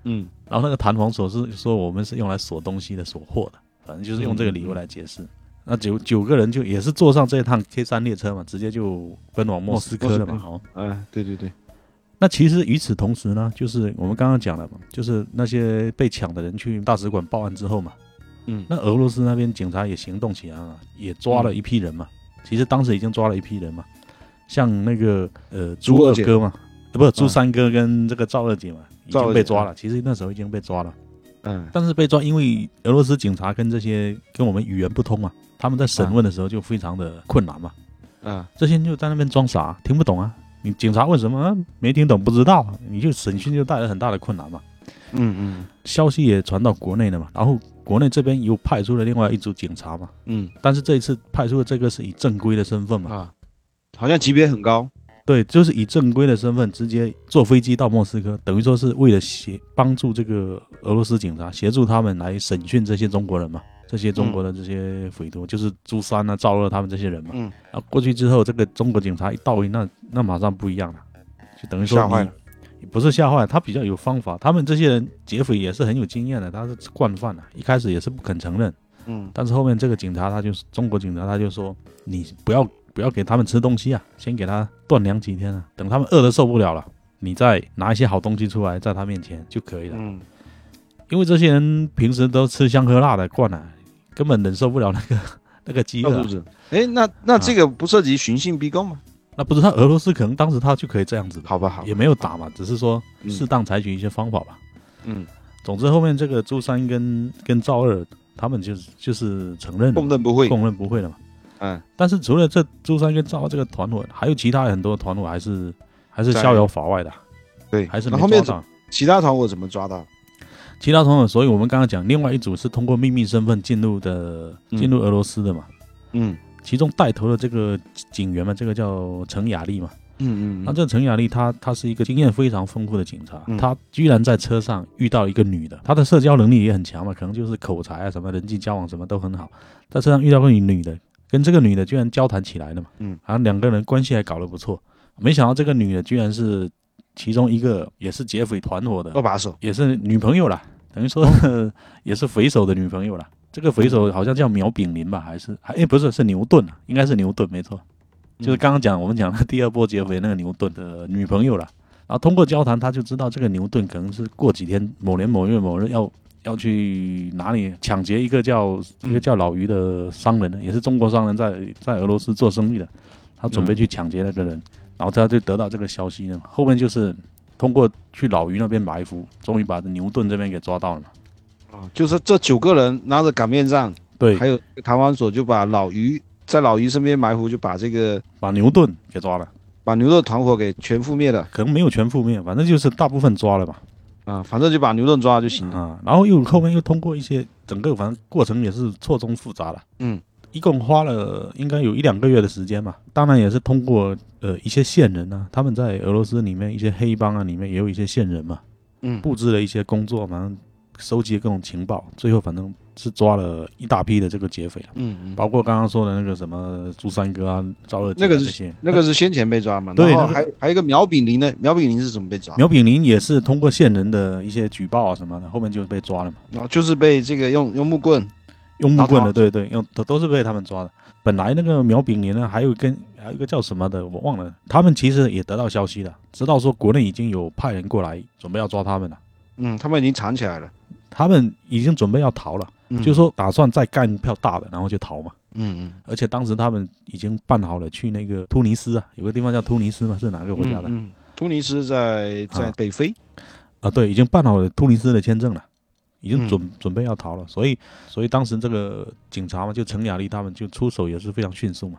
S2: 嗯
S1: 然后那个弹簧锁是说我们是用来锁东西的，锁货的，反正就是用这个理由来解
S2: 嗯
S1: 释。那九九个人就也是坐上这趟 K 三列车嘛，直接就奔往莫斯科了嘛。
S2: 莫斯
S1: 好，
S2: 嗯，对对对，
S1: 那其实与此同时呢，就是我们刚刚讲了嘛，就是那些被抢的人去大使馆报案之后嘛，
S2: 嗯
S1: 那俄罗斯那边警察也行动起来了，也抓了一批人嘛。
S2: 嗯
S1: 其实当时已经抓了一批人嘛，像那个呃
S2: 朱
S1: 朱
S2: 二
S1: 二
S2: 姐
S1: 哥嘛，呃不朱
S2: 嗯
S1: 三哥跟这个赵二姐嘛，已
S2: 赵二
S1: 经
S2: 姐
S1: 被抓了。其实那时候已经被抓了，
S2: 嗯
S1: 但是被抓，因为俄罗斯警察跟这些跟我们语言不通嘛，他们在审问的时候就非常的困难嘛。
S2: 嗯
S1: 这些人就在那边装傻，听不懂啊。你警察问什么、啊没听懂，不知道啊，你就审讯就带来很大的困难嘛。
S2: 嗯
S1: 消息也传到国内了嘛，然后国内这边又派出了另外一组警察嘛，
S2: 嗯
S1: 但是这一次派出的这个是以正规的身份
S2: 嗯
S1: 嘛，
S2: 啊，好像级别很高，
S1: 对，就是以正规的身份直接坐飞机到莫斯科，等于说是为了协帮助这个俄罗斯警察协助他们来审讯这些中国人嘛，这些中国的这些匪徒，就是朱三啊、赵二他们这些人嘛。
S2: 嗯，
S1: 然后过去之后，这个中国警察一到位，那那马上不一样了，就等于说
S2: 吓坏
S1: 你
S2: 了，
S1: 不是吓坏，他比较有方法。他们这些人劫匪也是很有经验的，他是惯犯啊，一开始也是不肯承认。
S2: 嗯
S1: 但是后面这个警察他就是中国警察，他就说你不要不要给他们吃东西啊，先给他断粮几天啊，等他们饿的受不了了，你再拿一些好东西出来在他面前就可以了。
S2: 嗯
S1: 因为这些人平时都吃香喝辣的惯了、根本忍受不了那个那个饥
S2: 饿
S1: 饿啊、
S2: 肚子，哎，那那这个不涉及寻衅逼供吗？
S1: 那不知道俄罗斯可能当时他就可以这样子的，
S2: 好吧，好吧，
S1: 也没有打嘛，只是说
S2: 嗯
S1: 适当采取一些方法吧。
S2: 嗯，
S1: 总之后面这个朱三跟跟赵二他们就是就是承认了
S2: 供认不讳，
S1: 供认不讳了嘛。
S2: 嗯
S1: 但是除了这朱三跟赵这个团伙，还有其他很多团伙还是还是
S2: 在
S1: 逍遥法外的，
S2: 对，
S1: 还是
S2: 那
S1: 没
S2: 后面
S1: 抓到
S2: 其他团伙怎么抓到？
S1: 其他团伙。所以我们刚刚讲，另外一组是通过秘密身份进入的，
S2: 嗯
S1: 进入俄罗斯的嘛。
S2: 嗯
S1: 其中带头的这个警员嘛，这个叫程雅丽嘛，
S2: 嗯
S1: 那这陈雅丽她她是一个经验非常丰富的警察，
S2: 嗯
S1: 她居然在车上遇到一个女的，她的社交能力也很强嘛，可能就是口才啊什么人际交往什么都很好，在车上遇到个女的，跟这个女的居然交谈起来了嘛，
S2: 嗯，
S1: 好像两个人关系还搞得不错，没想到这个女的居然是其中一个也是劫匪团伙的
S2: 二把手，
S1: 也是女朋友啦，等于说、 也是匪首的女朋友啦。这个匪首好像叫苗炳林吧，还是还哎不是是牛顿啊，应该是牛顿没错，就是刚刚讲我们讲的第二波劫匪那个牛顿的女朋友啦。然后通过交谈，他就知道这个牛顿可能是过几天某年某月某日要要去哪里抢劫一个叫一个叫老于的商人，也是中国商人在在俄罗斯做生意的，他准备去抢劫那个人，然后他就得到这个消息呢，后面就是通过去老于那边埋伏，终于把牛顿这边给抓到了嘛。
S2: 啊就是这九个人拿着擀面杖，
S1: 对，
S2: 还有台湾所就把老于在老于身边埋伏，就把这个
S1: 把牛顿给抓了，
S2: 把牛顿团伙给全覆灭了
S1: 可能没有全覆灭，反正就是大部分抓了吧。
S2: 啊，反正就把牛顿抓了就行了。
S1: 啊，然后又后面又通过一些整个反正过程也是错综复杂的。
S2: 嗯，
S1: 一共花了应该有一两个月的时间吧。当然也是通过呃一些线人啊，他们在俄罗斯里面一些黑帮啊里面也有一些线人嘛，
S2: 嗯
S1: 布置了一些工作，反正收集各种情报，最后反正是抓了一大批的这个劫匪了。啊
S2: 嗯嗯，
S1: 包括刚刚说的那个什么朱三哥啊、赵二姐啊
S2: 那个
S1: 这
S2: 是
S1: 些，
S2: 那个是先前被抓嘛，
S1: 对
S2: 然后
S1: 那个
S2: 还还有一个苗炳林呢，苗炳林是怎么被抓？
S1: 苗炳林也是通过线人的一些举报啊什么的，后面就被抓了嘛，
S2: 然后就是被这个用用木棍，
S1: 用木棍
S2: 打
S1: 的，
S2: 他
S1: 对对，用都都是被他们抓的。本来那个苗炳林呢，还有跟还有一个叫什么的，我忘了，他们其实也得到消息了，知道说国内已经有派人过来准备要抓他们了，
S2: 嗯，他们已经藏起来了，
S1: 他们已经准备要逃了，
S2: 嗯
S1: 就说打算再干一票大的，然后就逃嘛。
S2: 嗯嗯，
S1: 而且当时他们已经办好了去那个突尼斯啊，有个地方叫突尼斯嘛，是哪个国家的？
S2: 嗯，嗯突尼斯在在
S1: 啊
S2: 北非，
S1: 啊，对，已经办好了突尼斯的签证了，已经
S2: 嗯
S1: 准、准备要逃了，所以所以当时这个警察嘛，就程雅丽他们就出手也是非常迅速嘛。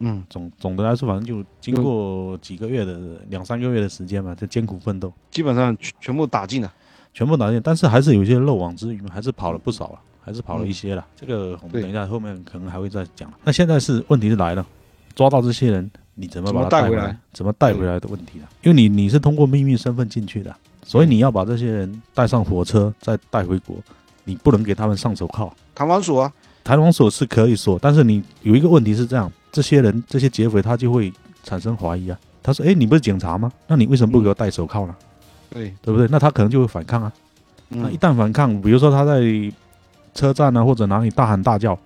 S2: 嗯
S1: 总总的来说，反正就经过几个月的两三个月的时间嘛，在艰苦奋斗，
S2: 基本上全全部打尽了。
S1: 全部打进，但是还是有一些漏网之鱼嘛，还是跑了不少了，啊还是跑了
S2: 嗯
S1: 一些了。这个我们
S2: 对
S1: 等一下后面可能还会再讲。那现在是问题是来了，抓到这些人，你怎么
S2: 怎
S1: 把
S2: 么
S1: 他
S2: 带
S1: 带
S2: 回
S1: 来？
S2: 来
S1: 怎么带回来的问题了？因为你你是通过秘密身份进去的，所以你要把这些人带上火车，再带回国，你不能给他们上手铐。
S2: 弹簧锁啊，
S1: 台湾锁是可以锁，但是你有一个问题是这样：这些人这些劫匪他就会产生怀疑啊。他说：“哎，你不是警察吗？那你为什么不给我戴手铐呢？啊
S2: 对，
S1: 对不对？那他可能就会反抗啊。那
S2: 嗯
S1: 一旦反抗，比如说他在车站啊或者哪里大喊大叫，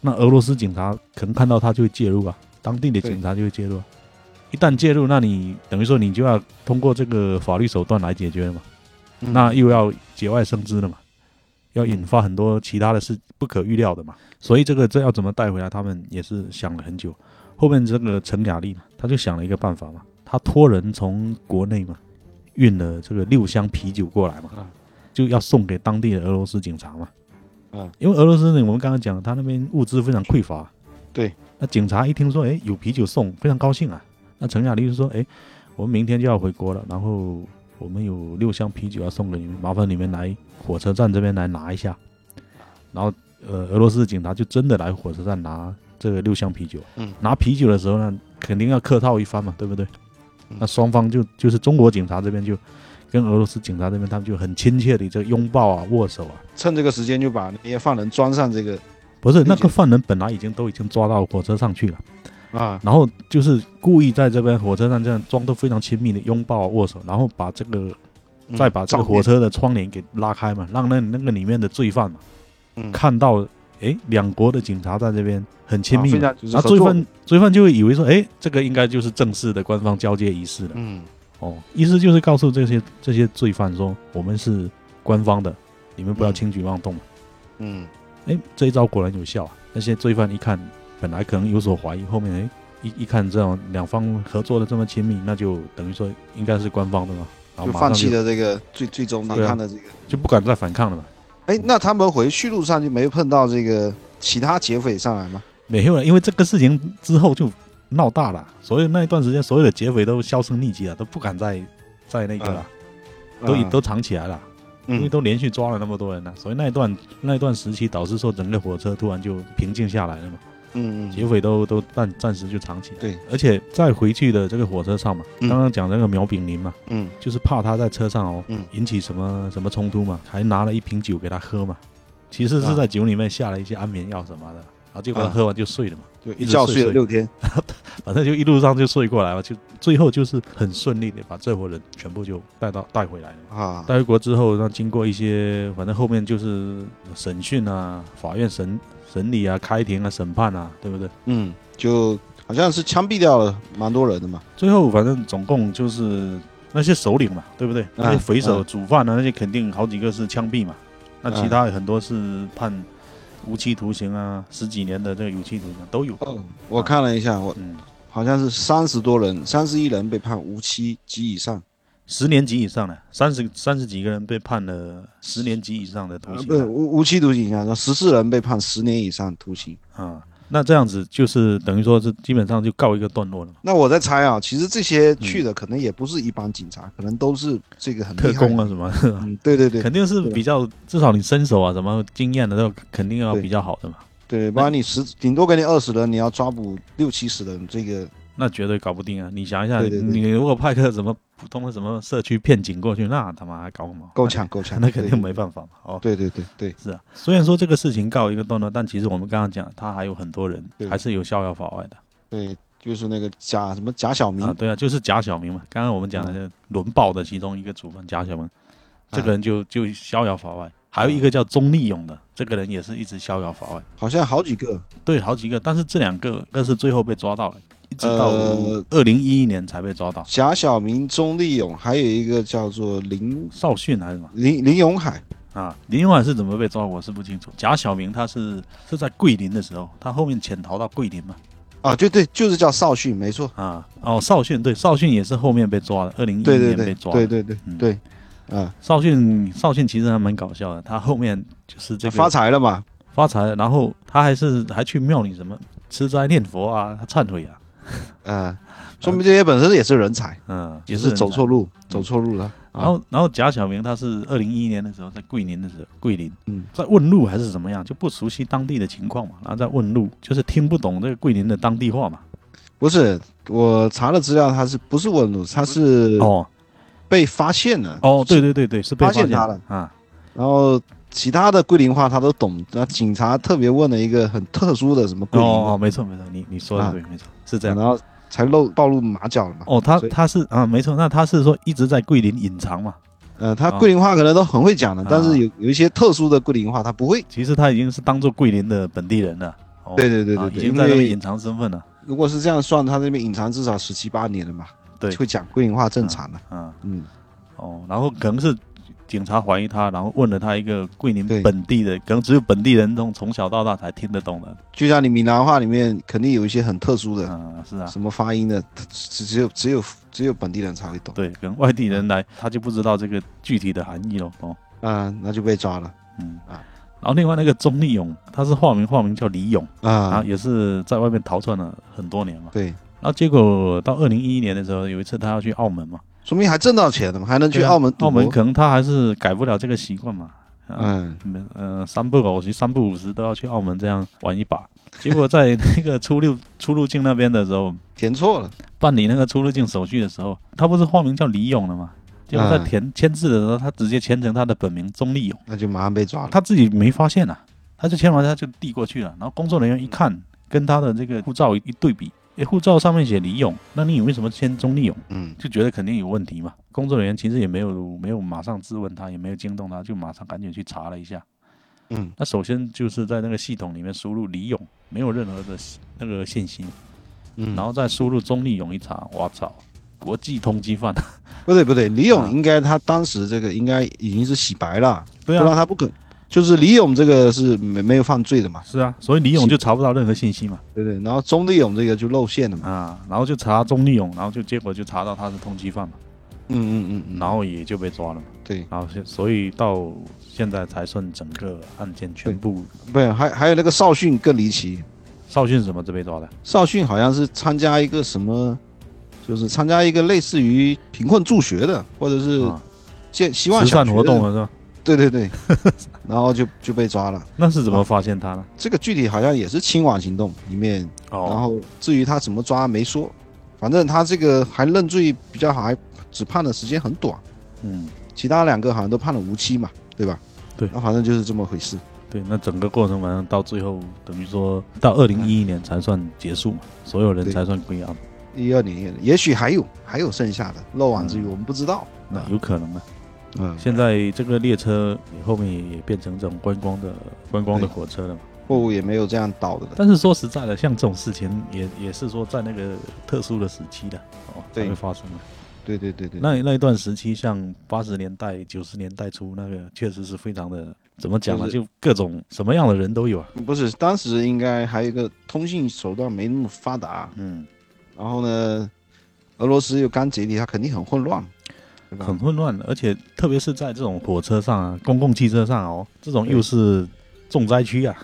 S1: 那俄罗斯警察可能看到他就会介入啊，当地的警察就会介入、啊。一旦介入，那你等于说你就要通过这个法律手段来解决了嘛，
S2: 嗯
S1: 那又要节外生枝了嘛，要引发很多其他的事不可预料的嘛。所以这个这要怎么带回来，他们也是想了很久。后面这个陈雅丽嘛，他就想了一个办法嘛，他托人从国内嘛运了这个六箱啤酒过来嘛，
S2: 啊
S1: 就要送给当地的俄罗斯警察嘛。
S2: 嗯，
S1: 因为俄罗斯呢，我们刚刚讲，他那边物资非常匮乏。
S2: 对，
S1: 那警察一听说，哎，有啤酒送，非常高兴啊。那陈雅丽就说，哎，我们明天就要回国了，然后我们有六箱啤酒要送给你们，麻烦你们来火车站这边来拿一下。然后，呃，俄罗斯警察就真的来火车站拿这个六箱啤酒。
S2: 嗯，
S1: 拿啤酒的时候呢，肯定要客套一番嘛，对不对？
S2: 嗯
S1: 那双方就就是中国警察这边就跟俄罗斯警察这边，他们就很亲切的这个拥抱啊、握手啊。
S2: 趁这个时间就把那些犯人装上这个
S1: 不是
S2: 理解
S1: 那个犯人本来已经都已经抓到火车上去了，
S2: 啊，
S1: 然后就是故意在这边火车站这样装得非常亲密的拥抱啊握手，然后把这个
S2: 嗯
S1: 再把这个
S2: 照片
S1: 火车的窗帘给拉开嘛，让那那个里面的罪犯嘛
S2: 嗯
S1: 看到，诶，两国的警察在这边很亲密
S2: 啊非
S1: 嘛，
S2: 常就是
S1: 然后
S2: 合
S1: 罪
S2: 作，
S1: 犯罪犯就会以为说，诶，这个应该就是正式的官方交接仪式了。
S2: 嗯
S1: 哦，意思就是告诉这些这些罪犯说，我们是官方的，你们不要
S2: 嗯
S1: 轻举妄动。
S2: 嗯
S1: 哎，这一招果然有效啊！那些罪犯一看，本来可能有所怀疑，后面哎一一看这样两方合作的这么亲密，那就等于说应该是官方的嘛，然后
S2: 就
S1: 马上
S2: 放
S1: 就
S2: 弃了这个最最终难
S1: 对啊
S2: 看的这个。
S1: 就不敢再反抗了嘛。
S2: 哎，那他们回去路上就没碰到这个其他劫匪上来吗？
S1: 没有了，因为这个事情之后就闹大了，所以那一段时间所有的劫匪都销声匿迹了，都不敢再再那个了，都已
S2: 啊
S1: 都藏起来了，因为
S2: 嗯
S1: 都连续抓了那么多人了，所以那一段那一段时期导致说整个火车突然就平静下来了嘛。
S2: 嗯
S1: 劫匪都都暂暂时就藏起来。
S2: 对，
S1: 而且再回去的这个火车上嘛，
S2: 嗯
S1: 刚刚讲那个苗炳林嘛，
S2: 嗯
S1: 就是怕他在车上哦
S2: 嗯
S1: 引起什么什么冲突嘛，还拿了一瓶酒给他喝嘛，其实是在酒里面下了一些安眠药什么的，然后结果他
S2: 啊
S1: 喝完就睡了嘛，
S2: 就
S1: 一
S2: 一
S1: 直
S2: 觉
S1: 睡
S2: 睡了
S1: 睡
S2: 六天，
S1: 反正就一路上就睡过来了，就最后就是很顺利的把这伙人全部就带到带回来了。
S2: 啊，
S1: 带回国之后，那经过一些，反正后面就是审讯啊、法院审审理啊、开庭啊、审判啊，对不对？
S2: 嗯，就好像是枪毙掉了蛮多人的嘛，
S1: 最后反正总共就是那些首领嘛，对不对？那些匪首、
S2: 嗯
S1: 主犯啊，那些肯定好几个是枪毙嘛，那其
S2: 啊
S1: 他很多是判无期徒刑啊，十几年的这个有期徒刑啊都有。
S2: 哦，我看了一下，我
S1: 嗯，
S2: 好像是三十多人，三十一人被判无期及以上，
S1: 十年及以上的，三十三十几个人被判了十年及以上的徒
S2: 啊
S1: 刑
S2: 不是
S1: 啊。
S2: 无无期徒刑啊，十四人被判十年以上徒刑。
S1: 啊那这样子就是等于说是基本上就告一个段落了嘛，
S2: 那我在猜啊，其实这些去的可能也不是一般警察，可能都是这个很厉害
S1: 特
S2: 的
S1: 工啊什么。
S2: 嗯，对对对
S1: 肯定是
S2: 对
S1: 比较，至少你身手啊什么经验的都肯定要
S2: 对
S1: 比较好的嘛，
S2: 对，不然你十顶多给你二十人，你要抓捕六七十人，这个
S1: 那绝对搞不定啊！你想一下，
S2: 对对对
S1: 你如果派个什么普通的什么社区片警过去，那他妈还搞不毛，
S2: 够呛够呛。
S1: 那肯定
S2: 对
S1: 没办法嘛。哦，
S2: 对对对对，
S1: 是啊，虽然说这个事情告一个段落，但其实我们刚刚讲，他还有很多人
S2: 对
S1: 还是有逍遥法外的
S2: 对，就是那个贾什么贾小明
S1: 啊。，对啊，就是贾小明嘛，刚刚我们讲的
S2: 嗯
S1: 是轮暴的其中一个主犯贾小明，
S2: 啊
S1: 这个人就就逍遥法外。还有
S2: 嗯
S1: 一个叫钟立勇的，这个人也是一直逍遥法外。
S2: 好像好几个，
S1: 对，好几个，但是这两个那是最后被抓到了，一直到
S2: 呃
S1: 二零一一年才被抓到。
S2: 贾小明、钟立勇，还有一个叫做林
S1: 邵训还是什么
S2: 林林永海，
S1: 啊？林永海是怎么被抓，我是不清楚。贾小明他是是在桂林的时候，他后面潜逃到桂林嘛？
S2: 啊，对对，就是叫邵旭，没错，
S1: 啊，哦，邵训对，邵训也是后面被抓的，二零一一
S2: 对对
S1: 年
S2: 对
S1: 被抓
S2: 对
S1: 的。
S2: 对对
S1: 嗯
S2: 对，啊，
S1: 邵训邵训其实还蛮搞笑的，他后面就是这个
S2: 发财了嘛，
S1: 发财了，然后他还是还去庙里什么吃斋念佛啊，他忏悔啊，
S2: 啊，说明这些本身也是人才，
S1: 嗯，
S2: 也
S1: 是
S2: 是走
S1: 人才嗯哦
S2: 错路，走错路了。啊
S1: 然后，然后贾小明他是二零一一年的时候在桂林的时候，桂林，
S2: 嗯，
S1: 在问路还是怎么样，就不熟悉当地的情况嘛，然后在问路，就是听不懂这个桂林的当地话嘛。
S2: 不是，我查了资料，他是不是问路？他是
S1: 哦
S2: 被发现了，
S1: 哦，对对对对，是被
S2: 发
S1: 现
S2: 现他了
S1: 啊，
S2: 然后其他的桂林话他都懂，那警察特别问了一个很特殊的什啊么桂
S1: 哦
S2: 林
S1: 哦，
S2: 话，
S1: 没错没错，你你说的对，没错是这样
S2: 然。后才露暴露马脚了嘛。
S1: 哦，他
S2: 所以
S1: 他是啊，没错，那他是说一直在桂林隐藏嘛？
S2: 呃，他桂林话可能都很会讲的
S1: 哦啊，
S2: 但是有有一些特殊的桂林话他不会。
S1: 其实他已经是当做桂林的本地人了。哦
S2: 对对对
S1: 啊
S2: 对
S1: 已
S2: 对，
S1: 经
S2: 因
S1: 在那边
S2: 为
S1: 隐藏身份了。
S2: 如果是这样算，他那边隐藏至少十七八年了嘛，
S1: 对
S2: 会讲桂林话正常了。
S1: 啊，
S2: 嗯，
S1: 哦，然后可能是警察怀疑他，然后问了他一个桂林
S2: 对
S1: 本地的，可能只有本地人从从小到大才听得懂的。
S2: 就像你闽南话里面肯定有一些很特殊的，
S1: 嗯，是啊，
S2: 什么发音的，只只有只有只有本地人才会懂。
S1: 对，可能外地人来他就不知道这个具体的含义咯。哦，
S2: 啊、那就被抓了
S1: 嗯
S2: 啊。
S1: 然后另外那个钟立勇，他是化名，化名叫李勇，啊，
S2: 啊。
S1: 也是在外面逃窜了很多年嘛。
S2: 对，
S1: 然后结果到二零一一年的时候，有一次他要去澳门嘛，
S2: 说明还挣到钱了嘛，还能去
S1: 对啊
S2: 澳门赌
S1: 澳门
S2: 博
S1: 可能他还是改不了这个习惯嘛。啊
S2: 嗯，
S1: 嗯、呃，三不五十、三不五十都要去澳门这样玩一把。结果在那个出入出入境那边的时候，
S2: 填错了。
S1: 办理那个出入境手续的时候，他不是化名叫李勇了吗？结果在
S2: 嗯
S1: 填签字的时候，他直接签成他的本名钟立勇，
S2: 那就马上被抓了。
S1: 他自己没发现啊，他就签完他就递过去了。然后工作人员一看，跟他的这个护照一一对比，诶，护照上面写李勇，那你为什么签钟立勇？
S2: 嗯，
S1: 就觉得肯定有问题嘛。工作人员其实也没有没有马上质问他，也没有惊动他，就马上赶紧去查了一下。
S2: 嗯，
S1: 那首先就是在那个系统里面输入李勇，没有任何的信那个信息，
S2: 嗯
S1: 然后再输入钟立勇一查，我操，国际通缉犯，
S2: 不对不对，李
S1: 啊
S2: 勇应该他当时这个应该已经是洗白了，
S1: 对
S2: 不
S1: 啊，
S2: 然他不可。就是李勇这个是没没有犯罪的嘛，
S1: 是啊，所以李勇就查不到任何信息嘛，
S2: 对不对？然后钟立勇这个就露馅了嘛，
S1: 啊，然后就查钟立勇，然后就结果就查到他是通缉犯嘛，
S2: 嗯嗯嗯，
S1: 然后也就被抓了嘛，
S2: 对，
S1: 然后现所以到现在才算整个案件全部
S2: 不是还还有那个邵训更离奇，
S1: 少训什么就被抓的，
S2: 邵训好像是参加一个什么，就是参加一个类似于贫困助学的，或者是
S1: 啊，
S2: 建希望
S1: 慈
S2: 小
S1: 善
S2: 学
S1: 活动啊了
S2: 的
S1: 是吧？
S2: 对对 对，然后就就被抓了。
S1: 那是怎么发现他呢？
S2: 这个具体好像也是清网行动里面，然
S1: 哦，
S2: 后至于他怎么抓没说，反正他这个还认罪比较好，还只判的时间很短，
S1: 嗯，
S2: 其他两个好像都判了无期嘛，对吧？
S1: 对
S2: 那反正就是这么回事。
S1: 对，那整个过程反正到最后，等于说到二零一一年才算结束嘛，所有人
S2: 对
S1: 才算归案，
S2: 一二年，也许还有还有剩下的漏网
S1: 嗯
S2: 之鱼，我们不知道。
S1: 那有可能呢。
S2: 嗯，
S1: 现在这个列车后面也变成这种观光的观光的
S2: 对
S1: 火车了嘛。
S2: 货物也没有这样倒的了。
S1: 但是说实在的，像这种事情也也是说在那个特殊的时期的哦才
S2: 对
S1: 会发生的。
S2: 对对对对，
S1: 那那一段时期，像八十年代、九十年代初，那个确实是非常的怎么讲呢？
S2: 就是
S1: 就各种什么样的人都有啊。
S2: 不是当时应该还有一个通信手段没那么发达，
S1: 嗯，
S2: 然后呢，俄罗斯又刚解体，它肯定很混乱，对吧
S1: 很？混乱，而且特别是在这种火车上啊、公共汽车上哦，这种又
S2: 对
S1: 是重灾区啊，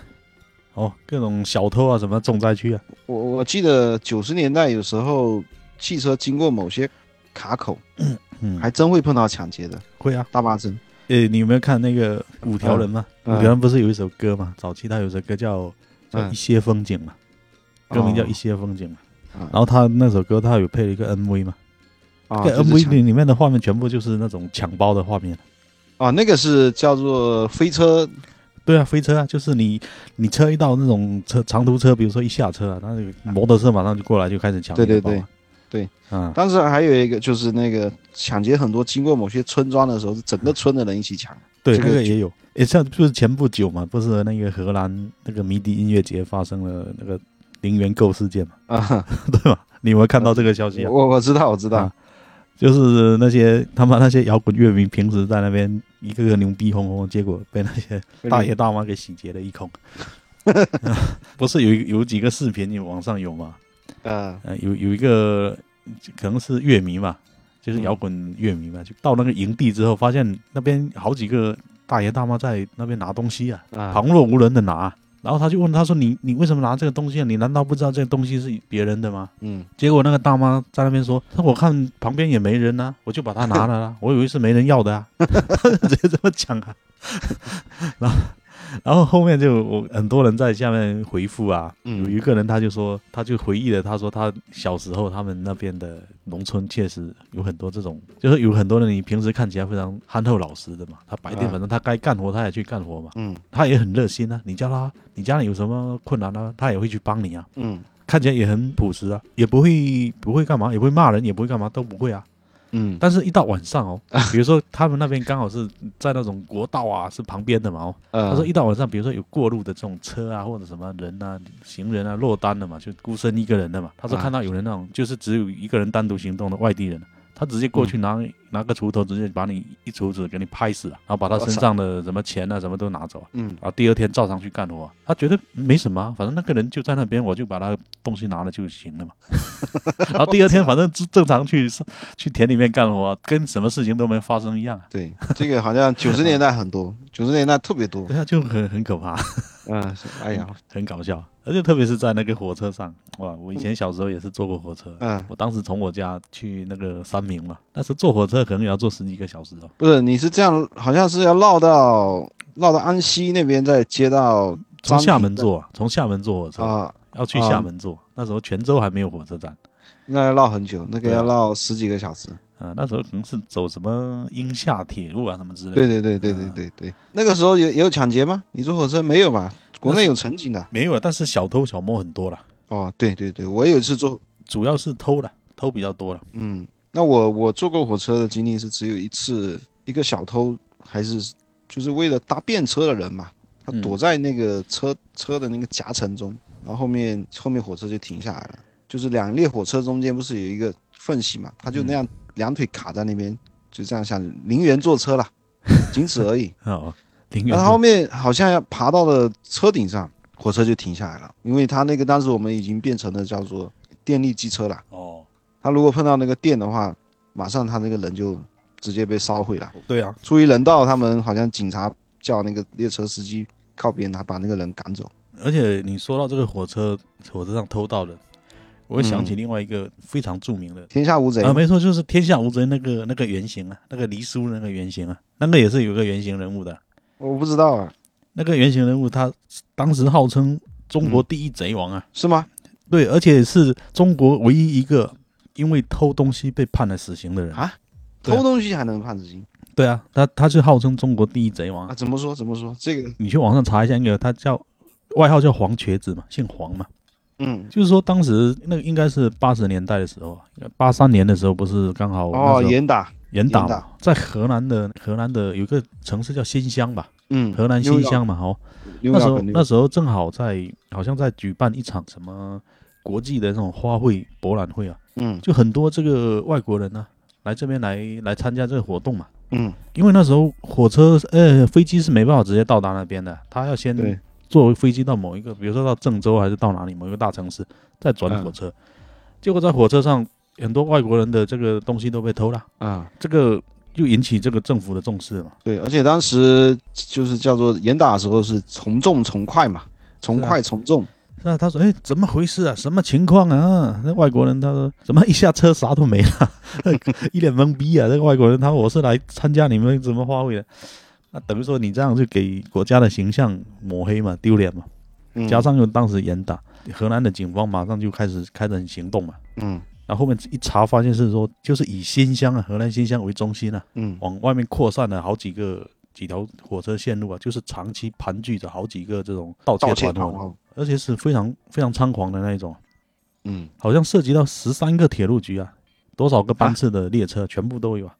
S1: 哦，各种小偷啊什么重灾区啊，
S2: 我我记得九十年代有时候汽车经过某些卡口，
S1: 嗯，
S2: 还真会碰到抢劫的
S1: 会啊。
S2: 大巴车。
S1: 呃，你有没有看那个五条人嘛？
S2: 嗯
S1: 五条人不是有一首歌嘛？早期他有一首歌叫叫《
S2: 嗯
S1: 一些风景》嘛，歌名叫
S2: 哦
S1: 《一些风景》嘛。
S2: 嗯
S1: 然后他那首歌他有配了一个 MV 嘛，
S2: 啊，
S1: 对
S2: 就是
S1: MV
S2: 抢
S1: 里里面的画面全部就是那种抢包的画面。
S2: 啊，那个是叫做飞车，
S1: 对啊，飞车啊，就是你你车一到那种车长途车，比如说一下车啊，那就摩托车马上就过来就开始抢你
S2: 对
S1: 的
S2: 对
S1: 包啊。
S2: 对
S1: 嗯，
S2: 当时还有一个就是那个抢劫，很多经过某些村庄的时候，是整个村的人一起抢。
S1: 对，
S2: 这
S1: 这
S2: 个
S1: 个也有。也像就是前不久嘛，不是那个荷兰那个迷笛音乐节发生了那个零元购事件嘛，
S2: 啊，
S1: 对吧？你有没有看到这个消息啊？
S2: 我我知道，我知道，
S1: 啊就是那些他妈那些摇滚乐迷平时在那边一个个牛逼哄哄，结果被那些大爷大妈给洗劫了 一空。 不是有一有几个视频你网上有吗？
S2: 呃，
S1: 呃，有有一个可能是乐迷吧，就是
S2: 嗯
S1: 摇滚乐迷吧，就到那个营地之后，发现那边好几个大爷大妈在那边拿东西啊，
S2: 啊
S1: 旁若无人的拿。然后他就问他说：“你你为什么拿这个东西啊？你难道不知道这个东西是别人的吗？”
S2: 嗯，
S1: 结果那个大妈在那边说：“她说我看旁边也没人啊，我就把它拿了 啦，我以为是没人要的啊， 直接这么讲啊。” 然后，然后后面就我很多人在下面回复啊，
S2: 嗯
S1: 有一个人他就说，他就回忆了，他说他小时候他们那边的农村确实有很多这种，就是有很多人你平时看起来非常憨厚老实的嘛，他白天
S2: 啊
S1: 反正他该干活他也去干活嘛，
S2: 嗯
S1: 他也很热心啊，你叫他你家里有什么困难啊，他也会去帮你啊。
S2: 嗯
S1: 看起来也很朴实啊，也不会不会干嘛，也不会骂人，也不会干嘛，都不会啊。
S2: 嗯，
S1: 但是，一到晚上哦，比如说他们那边刚好是在那种国道啊，是旁边的嘛哦。
S2: 呃
S1: 他说一到晚上，比如说有过路的这种车啊，或者什么人啊、行人啊落单的嘛，就孤身一个人的嘛。他说
S2: 啊
S1: 看到有人那种就是只有一个人单独行动的外地人，他直接过去拿、拿个锄头，直接把你一锄子给你拍死啊，然后把他身上的什么钱啊什么都拿走啊。
S2: 嗯
S1: 啊，第二天照常去干活，啊他觉得没什么啊，反正那个人就在那边，我就把他东西拿了就行了嘛。 然后第二天反正正正常去去田里面干活，啊跟什么事情都没发生一 样啊。
S2: 对，这个好像九十年代很多，九十年代特别多。
S1: 对啊，就很很可怕，
S2: 嗯，是哎呀，
S1: 很搞笑，而且特别是在那个火车上，哇！我以前小时候也是坐过火车，
S2: 嗯，
S1: 我当时从我家去那个三明嘛，那时坐火车可能也要坐十几个小时哦。
S2: 不是，你是这样，好像是要绕到绕到安溪那边，再接到
S1: 从
S2: 张
S1: 厦
S2: 平
S1: 门
S2: 的
S1: 坐啊，从厦门坐火车，
S2: 啊，
S1: 要去
S2: 啊
S1: 厦门坐。那时候泉州还没有火车站，
S2: 那要绕很久，那个
S1: 对啊
S2: 要绕十几个小时。
S1: 啊，那时候可能是走什么英厦铁路啊什么之类的。
S2: 对对对对对对对，那个时候有有抢劫吗？你坐火车没有吧？国内有乘警的。
S1: 没有啊，但是小偷小摸很多了，
S2: 哦，对对对，我有一次坐，
S1: 主要是偷了，偷比较多了。
S2: 嗯，那我我坐过火车的经历是只有一次，一个小偷还是就是为了搭便车的人嘛，他
S1: 嗯
S2: 躲在那个车车的那个夹层中，然后后面后面火车就停下来了，就是两列火车中间不是有一个缝隙嘛，他就那样两腿卡在那边，就这样想零元坐车了，仅此而已。
S1: 哦，挺远
S2: 但
S1: 的
S2: 他后面好像要爬到了车顶上，火车就停下来了，因为他那个当时我们已经变成了叫做电力机车了。
S1: 哦，
S2: 他如果碰到那个电的话，马上他那个人就直接被烧毁了。
S1: 对啊，
S2: 出于人道，他们好像警察叫那个列车司机靠边，他把那个人赶走。
S1: 而且你说到这个火车，火车上偷盗的，我又想
S2: 嗯
S1: 起另外一个非常著名的
S2: 天下无贼
S1: 啊，没错，就是《天下无贼》那个那个原型啊，那个黎叔那个原型啊，那个也是有个原型人物的。
S2: 我不知道啊，
S1: 那个原型人物他当时号称中国第一贼王啊，
S2: 是吗？
S1: 对，而且是中国唯一一个因为偷东西被判了死刑的人。
S2: 啊，
S1: 对啊
S2: 偷东西还能判死刑
S1: 对啊，他他是号称中国第一贼王
S2: 啊？
S1: 啊。
S2: 怎么说？怎么说？这个，
S1: 你去网上查一下，那个他叫外号叫黄瘸子嘛，姓黄嘛。
S2: 嗯，
S1: 就是说当时那个应该是八十年代的时候啊，八三年的时候不是刚好
S2: 哦，
S1: 那时候
S2: 严打，
S1: 严打
S2: 严
S1: 嘛
S2: 打，
S1: 在河南的河南的有一个城市叫新乡吧，
S2: 嗯，
S1: 河南
S2: 又
S1: 新
S2: 要，
S1: 乡嘛，哦，
S2: 又
S1: 那时
S2: 要
S1: 候
S2: 肯定
S1: 那时候正好在好像在举办一场什么国际的那种花卉博览会啊，
S2: 嗯
S1: 就很多这个外国人呢、啊来这边来来参加这个活动嘛。
S2: 嗯，
S1: 因为那时候火车呃飞机是没办法直接到达那边的，他要先
S2: 对，
S1: 坐飞机到某一个，比如说到郑州还是到哪里某一个大城市，再转
S2: 嗯
S1: 火车。结果在火车上，很多外国人的这个东西都被偷了，
S2: 啊，
S1: 这个就引起这个政府的重视嘛。
S2: 对，而且当时就是叫做严打的时候是从重从快嘛，从
S1: 是啊
S2: 快从重，
S1: 那他说：“哎，怎么回事啊？什么情况啊？”那外国人他说：“怎么一下车啥都没 了？”一脸懵逼啊！那个外国人他说：“我是来参加你们什么花卉的。”那等于说你这样就给国家的形象抹黑嘛，丢脸嘛。
S2: 嗯
S1: 加，上又当时严打，河南的警方马上就开始开展行动嘛。
S2: 嗯
S1: 然后后面一查发现是说，就是以新乡啊，河南新乡为中心啊，
S2: 嗯
S1: 往外面扩散了好几个几条火车线路啊，就是长期盘踞着好几个这种盗
S2: 盗
S1: 窃
S2: 窃
S1: 团
S2: 团
S1: 伙，
S2: 伙，
S1: 而且是非常非常猖狂的那一种，
S2: 嗯，
S1: 好像涉及到十三个铁路局啊，多少个班次的列车、全部都有啊。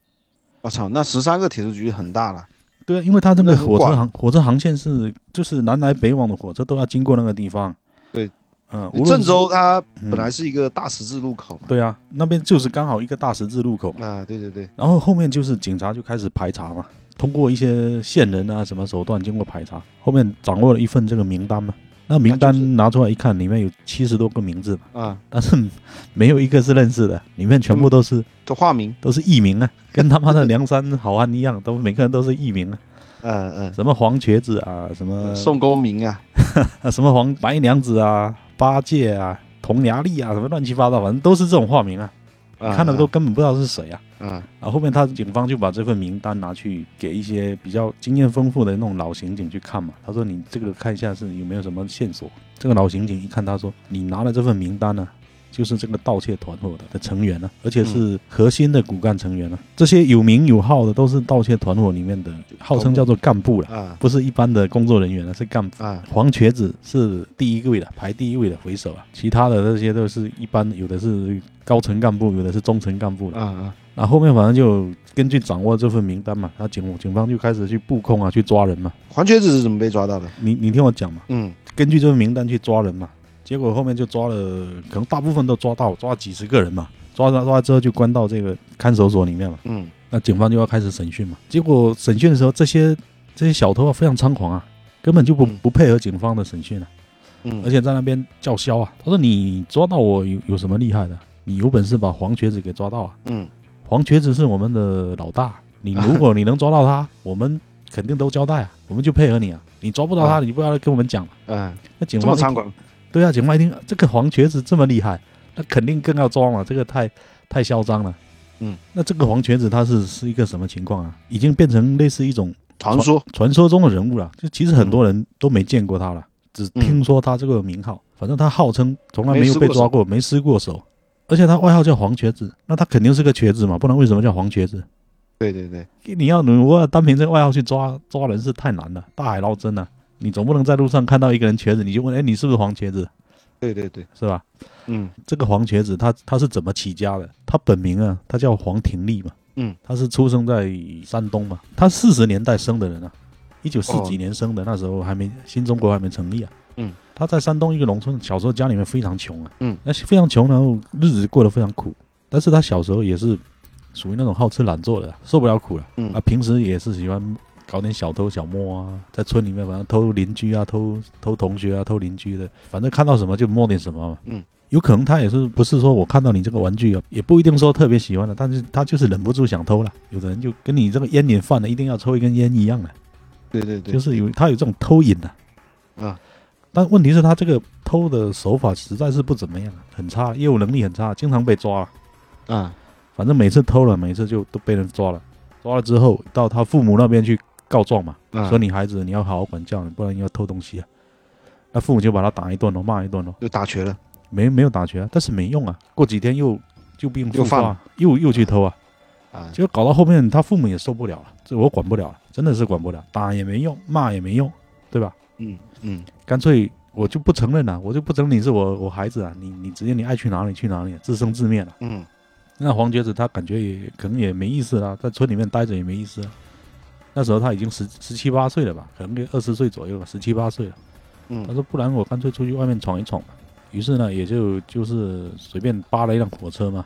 S2: 我操，那十三个铁路局很大了，
S1: 对啊，因为它这个
S2: 那很
S1: 火车
S2: 广
S1: 航火车航线是就是南来北往的火车都要经过那个地方。
S2: 对，
S1: 嗯、无论
S2: 郑
S1: 是
S2: 州它
S1: 嗯
S2: 本来是一个大十字路口嘛，
S1: 对啊，那边就是刚好一个大十字路口嘛。
S2: 啊，对对对，
S1: 然后后面就是警察就开始排查嘛，通过一些线人啊什么手段经过排查，后面掌握了一份这个名单嘛。那名
S2: 那就是
S1: 单拿出来一看，里面有七十多个名字嘛，
S2: 啊，
S1: 但是没有一个是认识的，里面全部都是
S2: 都化名，
S1: 都是艺名啊，跟他妈的梁山好汉一样，都每个人都是艺名啊，
S2: 嗯
S1: 什么黄瘸子啊，什么
S2: 嗯，宋公明啊，
S1: 啊什么黄白娘子啊，八戒啊，铜牙力啊，什么乱七八糟，反正都是这种化名啊，
S2: 啊
S1: 看了都根本不知道是谁啊。
S2: 啊，
S1: 然后后面他警方就把这份名单拿去给一些比较经验丰富的那种老刑警去看嘛。他说：“你这个看一下是有没有什么线索。”这个老刑警一看，他说：“你拿了这份名单呢、就是这个盗窃团伙的的成员呢、而且是核心的骨干成员呢、这些有名有号的都是盗窃团伙里面的，号称叫做干部了，
S2: 啊
S1: 不是一般的工作人员了，是干部。
S2: 啊，
S1: 黄瘸子是第一位的，排第一位的回首啊，其他的那些都是一般，有的是高层干部，有的是中层干部了
S2: 啊。啊，
S1: 那后面反正就根据掌握这份名单嘛，他警警方就开始去布控啊，去抓人嘛。
S2: 黄瘸子是怎么被抓到的？
S1: 你你听我讲嘛，
S2: 嗯
S1: 根据这份名单去抓人嘛，结果后面就抓了，可能大部分都抓到，抓几十个人嘛。抓抓抓之后就关到这个看守所里面嘛，
S2: 嗯
S1: 那警方就要开始审讯嘛。结果审讯的时候，这些这些小偷啊非常猖狂啊，根本就不
S2: 嗯
S1: 不配合警方的审讯啊，
S2: 嗯，
S1: 而且在那边叫嚣啊，他说你抓到我有有什么厉害的？你有本事把黄瘸子给抓到啊！
S2: 嗯
S1: 黄瘸子是我们的老大，你如果你能抓到 他，我们肯定都交代啊，我们就配合你啊。你抓不到他，你不要来跟我们讲。
S2: 啊，
S1: 那警
S2: 这
S1: 方
S2: 么
S1: 一
S2: 猖狂，
S1: 对啊，警方一听这个黄瘸子这么厉害，那肯定更要抓嘛，这个太太嚣张了。
S2: 嗯，
S1: 那这个黄瘸子他是是一个什么情况啊？已经变成类似一种
S2: 传说，
S1: 传说中的人物了，就其实很多人都没见过他了，只听说他这个名号。反正他号称从嗯来没有被抓过，没失过手，而且他外号叫黄瘸子，那他肯定是个瘸子嘛，不然为什么叫黄瘸子？
S2: 对对对，
S1: 你要如果单凭这个外号去抓抓人是太难了，大海捞针啊！你总不能在路上看到一个人瘸子，你就问，哎，你是不是黄瘸子？
S2: 对对对，
S1: 是吧？
S2: 嗯
S1: 这个黄瘸子他他是怎么起家的？他本名啊，他叫黄廷立嘛，
S2: 嗯，
S1: 他是出生在山东嘛，他四十年代生的人啊，一九四
S2: 哦
S1: 几年生的，那时候还没新中国还没成立啊，
S2: 嗯，
S1: 他在山东一个农村，小时候家里面非常穷啊，
S2: 嗯，
S1: 那非常穷，然后日子过得非常苦，但是他小时候也是属于那种好吃懒做的啊，受不了苦了，
S2: 嗯
S1: 啊，平时也是喜欢。搞点小偷小摸啊，在村里面反正偷邻居啊，偷偷同学啊，偷邻居的，反正看到什么就摸点什么嘛。有可能他也是不是说我看到你这个玩具啊，也不一定说特别喜欢的，但是他就是忍不住想偷了。有的人就跟你这个烟瘾犯了一定要抽一根烟一样的，
S2: 对对对
S1: 就，是有他有这种偷瘾的
S2: 啊。
S1: 但问题是他这个偷的手法实在是不怎么样，很差，业务能力很差，经常被抓。
S2: 啊，
S1: 反正每次偷了，每次就都被人抓了。抓了之后，到他父母那边去告状嘛，
S2: 啊
S1: 说你孩子你要好好管教，你不然你要偷东西啊。那父母就把他打一顿咯，骂一顿咯，
S2: 又打瘸了，
S1: 没没有打拳，但是没用啊。过几天又就病复
S2: 又犯
S1: 发，又又去偷啊。
S2: 啊，
S1: 就搞到后面，他父母也受不了了，这我管不了了，真的是管不了，打也没用，骂也没用，对吧？
S2: 嗯嗯，
S1: 干脆我就不承认了，我就不承认你是我我孩子啊，你你直接你爱去哪里去哪里，自生自灭了。
S2: 嗯，
S1: 那黄觉子他感觉也可能也没意思了，在村里面待着也没意思了。那时候他已经十十七八岁了吧，可能就二十岁左右吧，十七八岁了。
S2: 嗯
S1: 他说不然我干脆出去外面闯一闯吧。于是呢，也就就是随便扒了一辆火车嘛，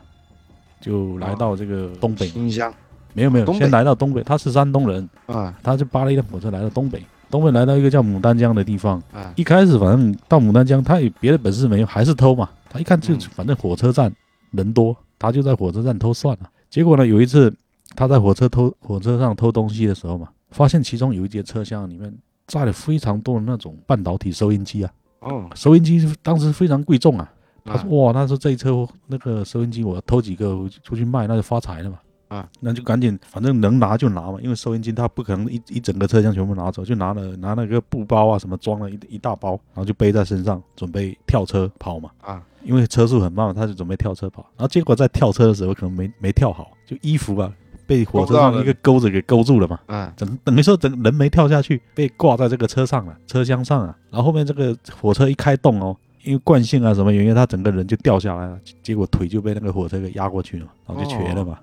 S1: 就来到这个东北。
S2: 新疆
S1: 没有没有，
S2: 啊东北
S1: 先来到东北，他是山东人，
S2: 啊
S1: 他就扒了一辆火车来到东北。东北来到一个叫牡丹江的地方，
S2: 啊，
S1: 一开始反正到牡丹江，他也别的本事没有，还是偷嘛。他一看就
S2: 嗯
S1: 反正火车站人多，他就在火车站偷算了。结果呢，有一次他在火车偷火车上偷东西的时候嘛，发现其中有一节车厢里面载了非常多的那种半导体收音机啊，
S2: 哦，
S1: 收音机当时非常贵重啊。他
S2: 啊
S1: 说：“哇，他说这一车那个收音机，我偷几个我出去卖，那就发财了嘛。”
S2: 啊，
S1: 那就赶紧，反正能拿就拿嘛，因为收音机它不可能一一整个车厢全部拿走，就拿了拿那个布包啊什么装了一一大包，然后就背在身上，准备跳车跑嘛。
S2: 啊，
S1: 因为车速很慢，他就准备跳车跑，然后结果在跳车的时候可能没没跳好，就衣服啊被火车
S2: 勾到
S1: 上
S2: 了
S1: 一个钩子给勾住了嘛。
S2: 啊
S1: 等等于说整人没跳下去，被挂在这个车上了，车厢上啊。然后后面这个火车一开动哦，因为惯性啊什么原因，他整个人就掉下来了，结果腿就被那个火车给压过去了嘛，然后就瘸了嘛。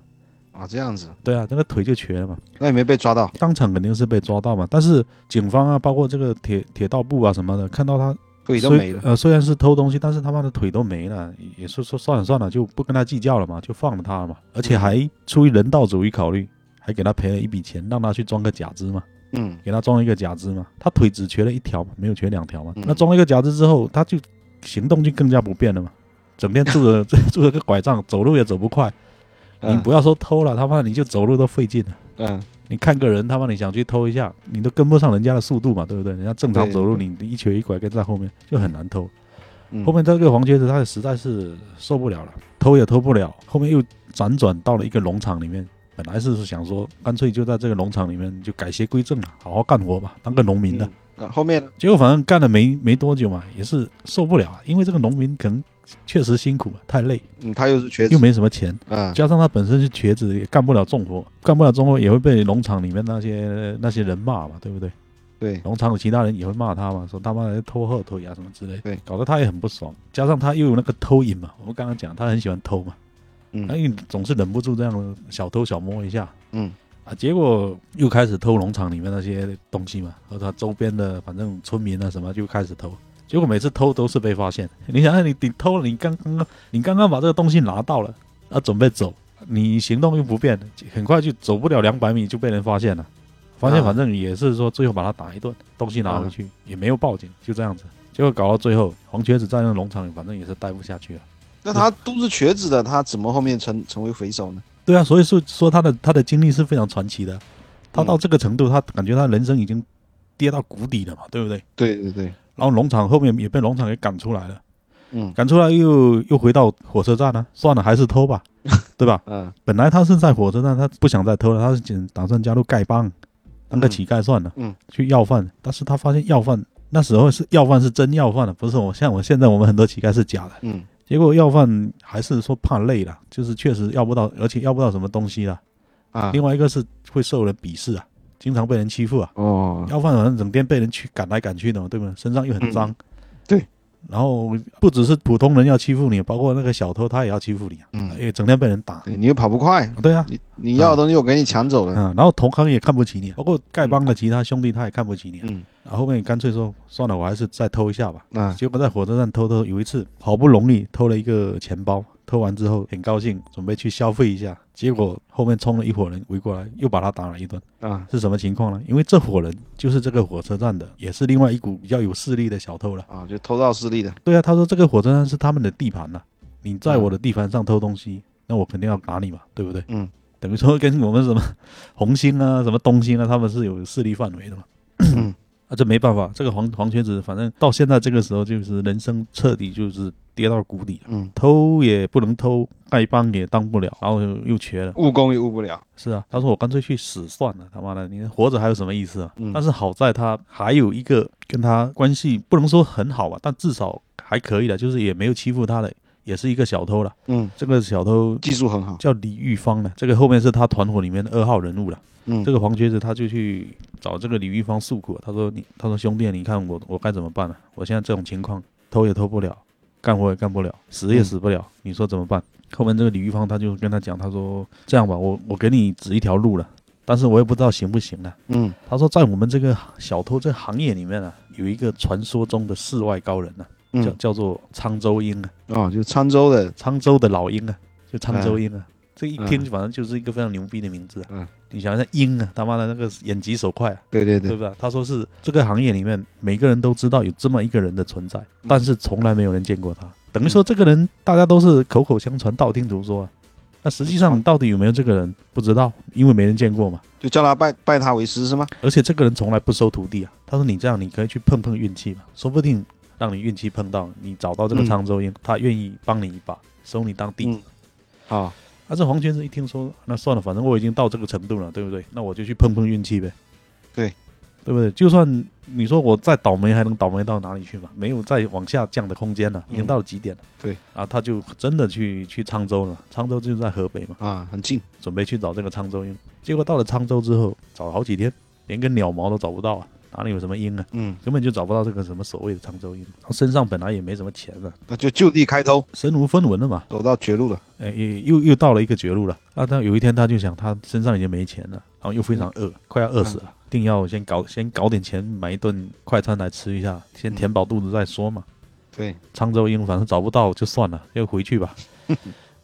S2: 啊，这样子，
S1: 对啊，那个腿就瘸了嘛，
S2: 那也没被抓到
S1: 当场肯定是被抓到嘛。但是警方啊，包括这个铁铁道部啊什么的，看到他
S2: 腿都
S1: 虽
S2: 没了，
S1: 呃，虽然是偷东西，但是他妈的腿都没了，也是说算了算了，就不跟他计较了嘛，就放了他了嘛。而且还出于人道主义考虑，还给他赔了一笔钱，让他去装个假肢嘛。
S2: 嗯
S1: 给他装一个假肢嘛，他腿只瘸了一条嘛，没有瘸两条嘛。
S2: 嗯
S1: 那装了一个假肢之后，他就行动就更加不便了嘛，整天拄着 拄着个拐杖，走路也走不快。你
S2: 嗯
S1: 不要说偷了，他妈你就走路都费劲了。
S2: 嗯
S1: 你看个人，他妈你想去偷一下，你都跟不上人家的速度嘛，对不对？人家正常
S2: 对
S1: 走路，你你一瘸一拐跟在后面就很难偷。
S2: 嗯，
S1: 后面这个黄瘸子他实在是受不了了，偷也偷不了，后面又辗转到了一个农场里面。本来是想说，干脆就在这个农场里面就改邪归正了，好好干活吧，当个农民的。
S2: 嗯，啊后面呢
S1: 结果反正干了没没多久嘛，也是受不了啊，因为这个农民可能确实辛苦嘛，太累，
S2: 嗯，他又是瘸子
S1: 又，没什么钱，
S2: 啊
S1: 加上他本身是瘸子，也干不了重活，干不了重活也会被农场里面那些那些人骂嘛，对不对？
S2: 对，
S1: 农场的其他人也会骂他嘛，说他妈的拖后腿啊什么之类的，
S2: 对
S1: 搞得他也很不爽。加上他又有那个偷瘾嘛，我们刚刚讲他很喜欢偷嘛，
S2: 嗯
S1: 他因为总是忍不住这样小偷小摸一下，
S2: 嗯
S1: 啊，结果又开始偷农场里面那些东西嘛，和他周边的反正村民啊什么就开始偷。结果每次偷都是被发现。 你想想，你你偷了，你刚刚你刚刚把这个东西拿到了，啊，准备走，你行动又不便，很快就走不了两百米就被人发现了。发现
S2: 啊
S1: 反正也是说最后把他打一顿，东西拿回去、也没有报警，就这样子。结果搞到最后，黄瘸子在那个农场里反正也是待不下去了。
S2: 那他都是瘸子的，他怎么后面成成为匪首呢？
S1: 对啊，所以说说他的他的经历是非常传奇的。他到
S2: 嗯
S1: 这个程度，他感觉他人生已经跌到谷底了嘛，对不对？
S2: 对对对，
S1: 然后农场后面也被农场给赶出来了，
S2: 嗯
S1: 赶出来又又回到火车站呢、算了，还是偷吧， 对吧？
S2: 嗯
S1: 本来他是在火车站，他不想再偷了，他是想打算加入丐帮，当个乞丐算了，
S2: 嗯嗯
S1: 去要饭。但是他发现要饭那时候是要饭是真要饭的，不是我像我现在我们很多乞丐是假的。
S2: 嗯
S1: 结果要饭还是说怕累了，就是确实要不到，而且要不到什么东西了。
S2: 啊
S1: 另外一个是会受人鄙视啊，经常被人欺负啊。
S2: 哦
S1: 要饭好像整天被人去赶来赶去的嘛，对不对？身上又很脏。
S2: 嗯对。
S1: 然后不只是普通人要欺负你，包括那个小偷他也要欺负你啊，因
S2: 嗯，
S1: 为整天被人打。
S2: 对你又跑不快，
S1: 对啊，
S2: 你你要的东西我给你抢走了，
S1: 嗯，然后同行也看不起你，包括丐帮的其他兄弟他也看不起你啊。
S2: 嗯
S1: 然后后面干脆说算了，我还是再偷一下吧。
S2: 啊
S1: 结果在火车站偷偷有一次，好不容易偷了一个钱包，偷完之后很高兴，准备去消费一下，结果后面冲了一伙人围过来，又把他打了一顿。
S2: 啊
S1: 是什么情况呢？因为这伙人就是这个火车站的，也是另外一股比较有势力的小偷了。
S2: 啊，就偷盗私利的，
S1: 对啊，他说这个火车站是他们的地盘呐、你在
S2: 嗯
S1: 我的地盘上偷东西，那我肯定要打你嘛，对不对？
S2: 嗯，
S1: 等于说跟我们什么红星啊、什么东星啊，他们是有势力范围的嘛。
S2: 嗯
S1: 啊，啊，这没办法，这个黄黄瘸子，反正到现在这个时候，就是人生彻底就是跌到谷底了，
S2: 嗯，
S1: 偷也不能偷，丐帮也当不了，然后又又瘸了。
S2: 务工也务不了，
S1: 是啊，他说我干脆去死算了，他妈的，你活着还有什么意思啊？
S2: 嗯
S1: 但是好在他还有一个跟他关系不能说很好吧，但至少还可以的，就是也没有欺负他的，也是一个小偷了。
S2: 嗯，
S1: 这个小偷
S2: 技术很好，
S1: 叫李玉芳呢，这个后面是他团伙里面的二号人物了。
S2: 嗯，
S1: 这个黄瘸子他就去找这个李玉芳诉苦，啊他说你，他说兄弟，你看我我该怎么办呢、我现在这种情况，偷也偷不了，干活也干不了，死也死不了，你说怎么办？后面这个李玉芳他就跟他讲，他说这样吧，我我给你指一条路了，但是我也不知道行不行呢、
S2: 嗯
S1: 他说在我们这个小偷这行业里面啊，有一个传说中的世外高人呢、叫
S2: 嗯，
S1: 叫做沧州鹰啊，
S2: 哦，就沧州的，
S1: 沧州的老鹰啊，就沧州鹰啊。这一听
S2: 嗯
S1: 就反正就是一个非常牛逼的名字、啊，
S2: 嗯，
S1: 你想想鹰啊，他妈的那个眼疾手快啊，
S2: 对对
S1: 对
S2: 对，
S1: 不对？他说是这个行业里面每个人都知道有这么一个人的存在，
S2: 嗯
S1: 但是从来没有人见过他。等于说这个人大家都是口口相传、道听途说、啊，那实际上到底有没有这个人不知道，因为没人见过嘛。
S2: 就叫他拜拜他为师是吗？
S1: 而且这个人从来不收徒弟啊。他说你这样你可以去碰碰运气嘛，说不定让你运气碰到，你找到这个
S2: 嗯
S1: 沧州鹰，他愿意帮你一把，收你当弟子。
S2: 嗯好，
S1: 但啊是黄先生一听说，那算了，反正我已经到这个程度了，对不对？那我就去碰碰运气呗。
S2: 对，
S1: 对不对？就算你说我再倒霉，还能倒霉到哪里去嘛？没有再往下降的空间了，已经
S2: 嗯
S1: 到了极点了。
S2: 对，
S1: 啊，他就真的去去沧州了。沧州就在河北嘛，
S2: 啊，很近，
S1: 准备去找这个沧州鹰。结果到了沧州之后，找了好几天，连根鸟毛都找不到啊，哪里有什么鹰啊？
S2: 嗯，
S1: 根本就找不到这个什么所谓的沧州鹰。他身上本来也没什么钱了，
S2: 那就就地开偷，
S1: 身无分文了嘛。
S2: 走到绝路了，
S1: 哎，也又又到了一个绝路了。啊，但有一天他就想，他身上已经没钱了，然后又非常饿，快要饿死了，一定要先搞先搞点钱买一顿快餐来吃一下，先填饱肚子再说嘛。
S2: 对，
S1: 沧州鹰反正找不到就算了， 就回去 吧。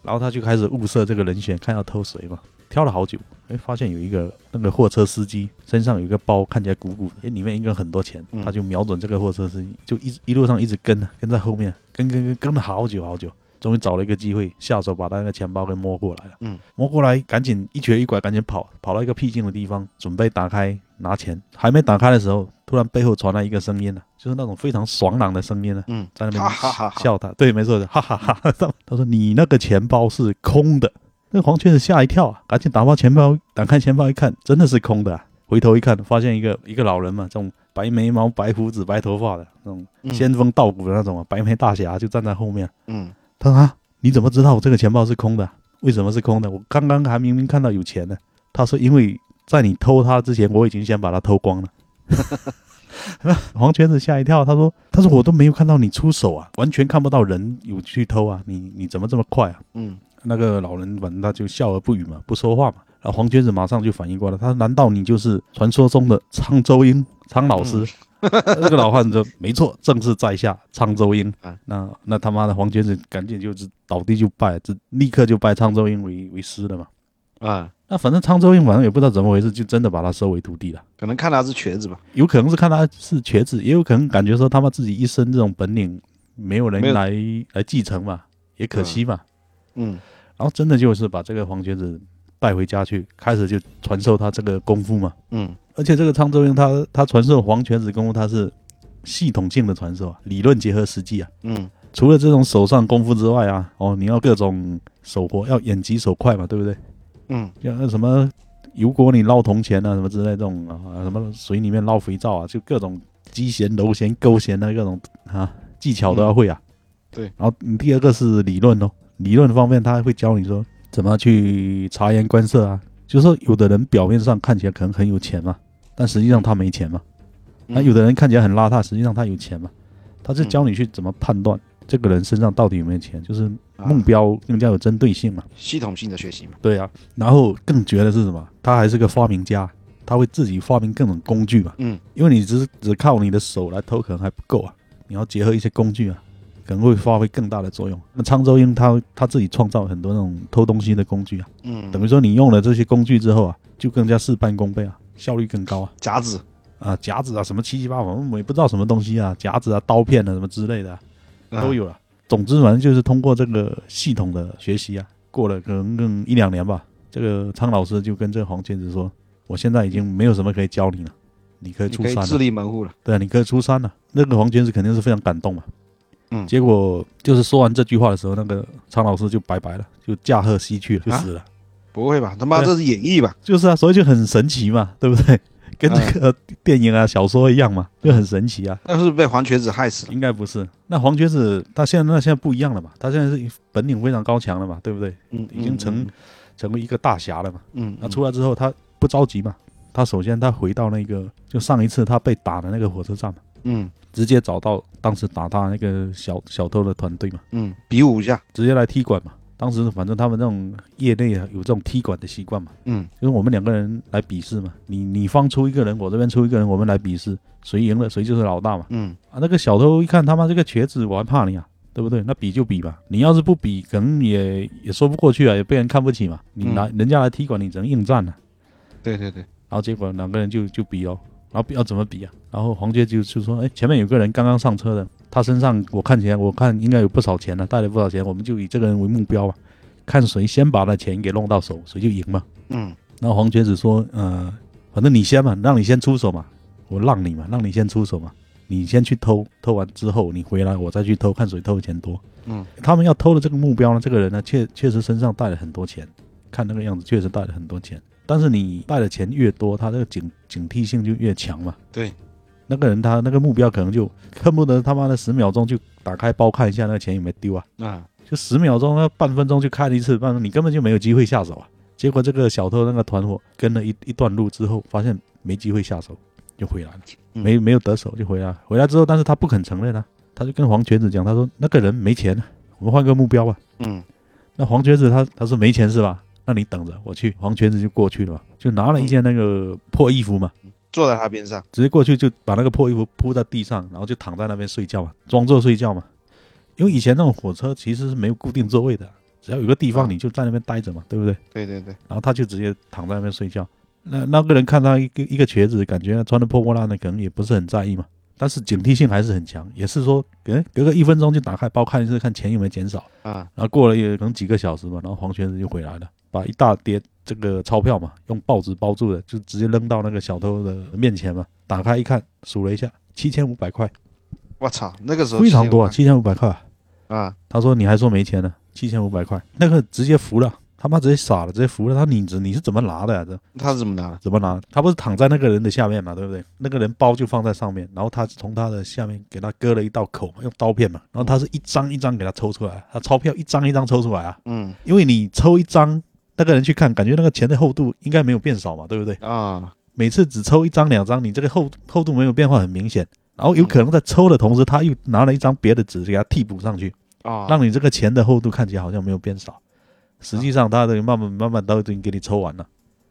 S1: 然后他就开始物色这个人选，看要偷谁嘛。挑了好久，哎，发现有一个那个货车司机身上有一个包，看起来鼓鼓的，哎，里面应该很多钱。
S2: 嗯
S1: 他就瞄准这个货车司机，就一直一路上一直跟，跟在后面，跟跟跟跟了好久好久，终于找了一个机会，下手把他那个钱包给摸过来了。
S2: 嗯，
S1: 摸过来，赶紧一瘸一拐，赶紧跑，跑到一个僻静的地方，准备打开拿钱。还没打开的时候，突然背后传来一个声音呢、就是那种非常爽朗的声音啊呢、
S2: 嗯，
S1: 在那边
S2: 哈哈哈哈
S1: 笑他，对，没错，哈哈 哈哈。他说你那个钱包是空的，那黄雀子吓一跳啊，赶紧打包钱包，打开钱包一看，真的是空的、啊。回头一看，发现一个一个老人嘛，这种白眉毛、白胡子、白头发的那种
S2: 嗯
S1: 仙风道骨的那种啊，白眉大侠就站在后面。
S2: 嗯，
S1: 他说、啊：“你怎么知道我这个钱包是空的啊？为什么是空的？我刚刚还明明看到有钱呢。”他说：“因为在你偷它之前，我已经先把它偷光了。” 黄瘸子吓一跳，他说：“他说我都没有看到你出手啊，完全看不到人有去偷啊，你你怎么这么快啊
S2: 嗯，？”
S1: 那个老人反正他就笑而不语嘛，不说话嘛。然后黄瘸子马上就反应过来，他说：“难道你就是传说中的沧州鹰苍老
S2: 嗯
S1: 师？”那个老汉说：“没错，正是在下沧州鹰。
S2: 啊
S1: 那那他妈的黄瘸子赶紧就是倒地就拜，这立刻就拜沧州鹰为为师了嘛。
S2: 啊，
S1: 那反正沧州鹰反正也不知道怎么回事，就真的把他收为徒弟了。
S2: 可能看他是瘸子吧，
S1: 有可能是看他是瘸子，也有可能感觉说他妈自己一身这种本领没有人
S2: 没有
S1: 来来继承嘛，也可惜嘛。
S2: 嗯，
S1: 然后真的就是把这个黄瘸子带回家去，开始就传授他这个功夫嘛。
S2: 嗯，
S1: 而且这个沧州鹰他他传授黄瘸子功夫，他是系统性的传授啊，理论结合实际啊。
S2: 嗯，
S1: 除了这种手上功夫之外啊，哦，你要各种手活，要眼疾手快嘛，对不对？
S2: 嗯，
S1: 像什么油锅里捞铜钱啊，什么之类这种啊，什么水里面捞肥皂啊，就各种击弦、揉弦、勾弦啊，各种啊技巧都要会啊。
S2: 嗯对。
S1: 然后你第二个是理论哦，理论方面他会教你说怎么去察言观色啊，就是说有的人表面上看起来可能很有钱嘛，但实际上他没钱嘛。那有
S2: 的，
S1: 的人看起来很邋遢，实际上他有钱嘛，他
S2: 嗯
S1: 是教你去怎么判断这个人身上到底有没有钱，就是
S2: 啊
S1: 目标更加有针对性嘛。
S2: 系统性的学习嘛，
S1: 对啊，然后更绝的是什么？他还是个发明家，他会自己发明各种工具嘛。
S2: 嗯，
S1: 因为你只是只靠你的手来偷可能还不够啊，你要结合一些工具啊，可能会发挥更大的作用。那沧州鹰他他自己创造很多那种偷东西的工具啊，
S2: 嗯，
S1: 等于说你用了这些工具之后啊，就更加事半功倍啊，效率更高啊。
S2: 夹子，
S1: 啊，夹子啊，什么七七八八，我们也不知道什么东西啊，夹子啊、刀片啊，什么之类的啊、
S2: 啊
S1: 都，有了。总之，反正就是通过这个系统的学习啊，过了可能更一两年吧，这个苍老师就跟这个黄千子说：“我现在已经没有什么可以教你了，你可以
S2: 你
S1: 出
S2: 可以
S1: 山了
S2: 自立门户了。
S1: 对啊，你可以出山了、那个黄坚是肯定是非常感动嘛。
S2: 嗯
S1: 结果就是说完这句话的时候，那个苍老师就拜拜了，就驾鹤西去了，就
S2: 啊
S1: 死了。
S2: 不会吧？他妈
S1: 对
S2: 这是演绎吧？
S1: 就是啊，所以就很神奇嘛，对不对？跟
S2: 哎
S1: 这个电影啊、小说一样嘛，就很神奇啊。
S2: 那是被黄瘸子害死了。
S1: 应该不是。那黄瘸子他现在那现在不一样了嘛，他现在是本领非常高强了嘛，对不对？
S2: 嗯，
S1: 已经成成为一个大侠了嘛。
S2: 嗯，嗯
S1: 那出来之后，他不着急嘛，他首先他回到那个就上一次他被打的那个火车站嘛，
S2: 嗯
S1: 直接找到当时打他那个小小偷的团队嘛，
S2: 嗯比武一下。
S1: 直接来踢馆嘛。当时反正他们这种业内啊有这种踢馆的习惯嘛，
S2: 嗯
S1: 就是我们两个人来比试嘛，你你方出一个人，我这边出一个人，我们来比试，谁赢了谁就是老大嘛。
S2: 嗯
S1: 啊，那个小偷一看他妈这个瘸子，我还怕你啊，对不对？那比就比吧，你要是不比，可能也也说不过去啊，也被人看不起嘛。你
S2: 嗯
S1: 拿、人家来踢馆，你只能应战了、啊
S2: 对对对，
S1: 然后结果两个人就就比哦，然后比要怎么比啊？然后黄杰就就说，哎，前面有个人刚刚上车的，他身上我看起来我看应该有不少钱了、啊带了不少钱，我们就以这个人为目标吧，看谁先把那钱给弄到手，谁就赢嘛。
S2: 嗯
S1: 然后黄瘸子说：“呃，反正你先嘛，让你先出手嘛，我嗯让你嘛，让你先出手嘛，你先去偷，偷完之后你回来，我再去偷，看谁偷的钱多。
S2: 嗯
S1: 他们要偷的这个目标呢，这个人呢，确确实身上带了很多钱，看那个样子确实带了很多钱。但是你带的钱越多，他这个警警惕性就越强嘛。
S2: 对，
S1: 那个人他那个目标可能就恨不得他妈的十秒钟就打开包看一下那个钱有没有丢啊。”
S2: 啊
S1: 就十秒钟、那半分钟就开了一次，半分钟你根本就没有机会下手啊。结果这个小偷那个团伙跟了一一段路之后，发现没机会下手，就回来了，
S2: 嗯
S1: 没没有得手就回来了。回来之后，但是他不肯承认啊，他就跟黄瘸子讲，他说那个人没钱啊，我们换个目标吧。
S2: 嗯
S1: 那黄瘸子他他说没钱是吧？那你等着我去。黄瘸子就过去了嘛，就拿了一件那个破衣服嘛，
S2: 坐在他边上。
S1: 直接过去就把那个破衣服铺在地上，然后就躺在那边睡觉嘛，装作睡觉嘛。因为以前那种火车其实是没有固定座位的，只要有个地方
S2: 嗯
S1: 你就在那边待着嘛，对不对？
S2: 对对对，
S1: 然后他就直接躺在那边睡觉。那那个人看他一个一个瘸子，感觉穿的破破烂的，可能也不是很在意嘛，但是警惕性还是很强，也是说，隔隔个一分钟就打开包看一次，看钱有没有减少。
S2: 啊
S1: 然后过了也可能几个小时吧，然后黄瘸子就回来了，把一大叠这个钞票嘛，用报纸包住的，就直接扔到那个小偷的面前嘛。打开一看，数了一下，七千五百块，
S2: 我操，那个时候
S1: 非常多啊，七千五百块啊。
S2: 啊！
S1: 他说你还说没钱呢，七千五百块，那个直接服了，他妈直接傻了，直接服了。他你子你是怎么拿的呀、啊这
S2: 他是怎么拿的？
S1: 怎么拿？他不是躺在那个人的下面嘛，对不对？那个人包就放在上面，然后他从他的下面给他割了一道口嘛，用刀片嘛，然后他是一张一张给他抽出来，他钞票一张一张抽出来啊。
S2: 嗯
S1: 因为你抽一张，那个人去看，感觉那个钱的厚度应该没有变少嘛，对不对？
S2: 啊，
S1: 每次只抽一张两张，你这个厚厚度没有变化，很明显。然后有可能在抽的同时，他又拿了一张别的纸给它替补上去，
S2: 啊，
S1: 让你这个钱的厚度看起来好像没有变少。实际上，它的慢慢慢慢都已经给你抽完了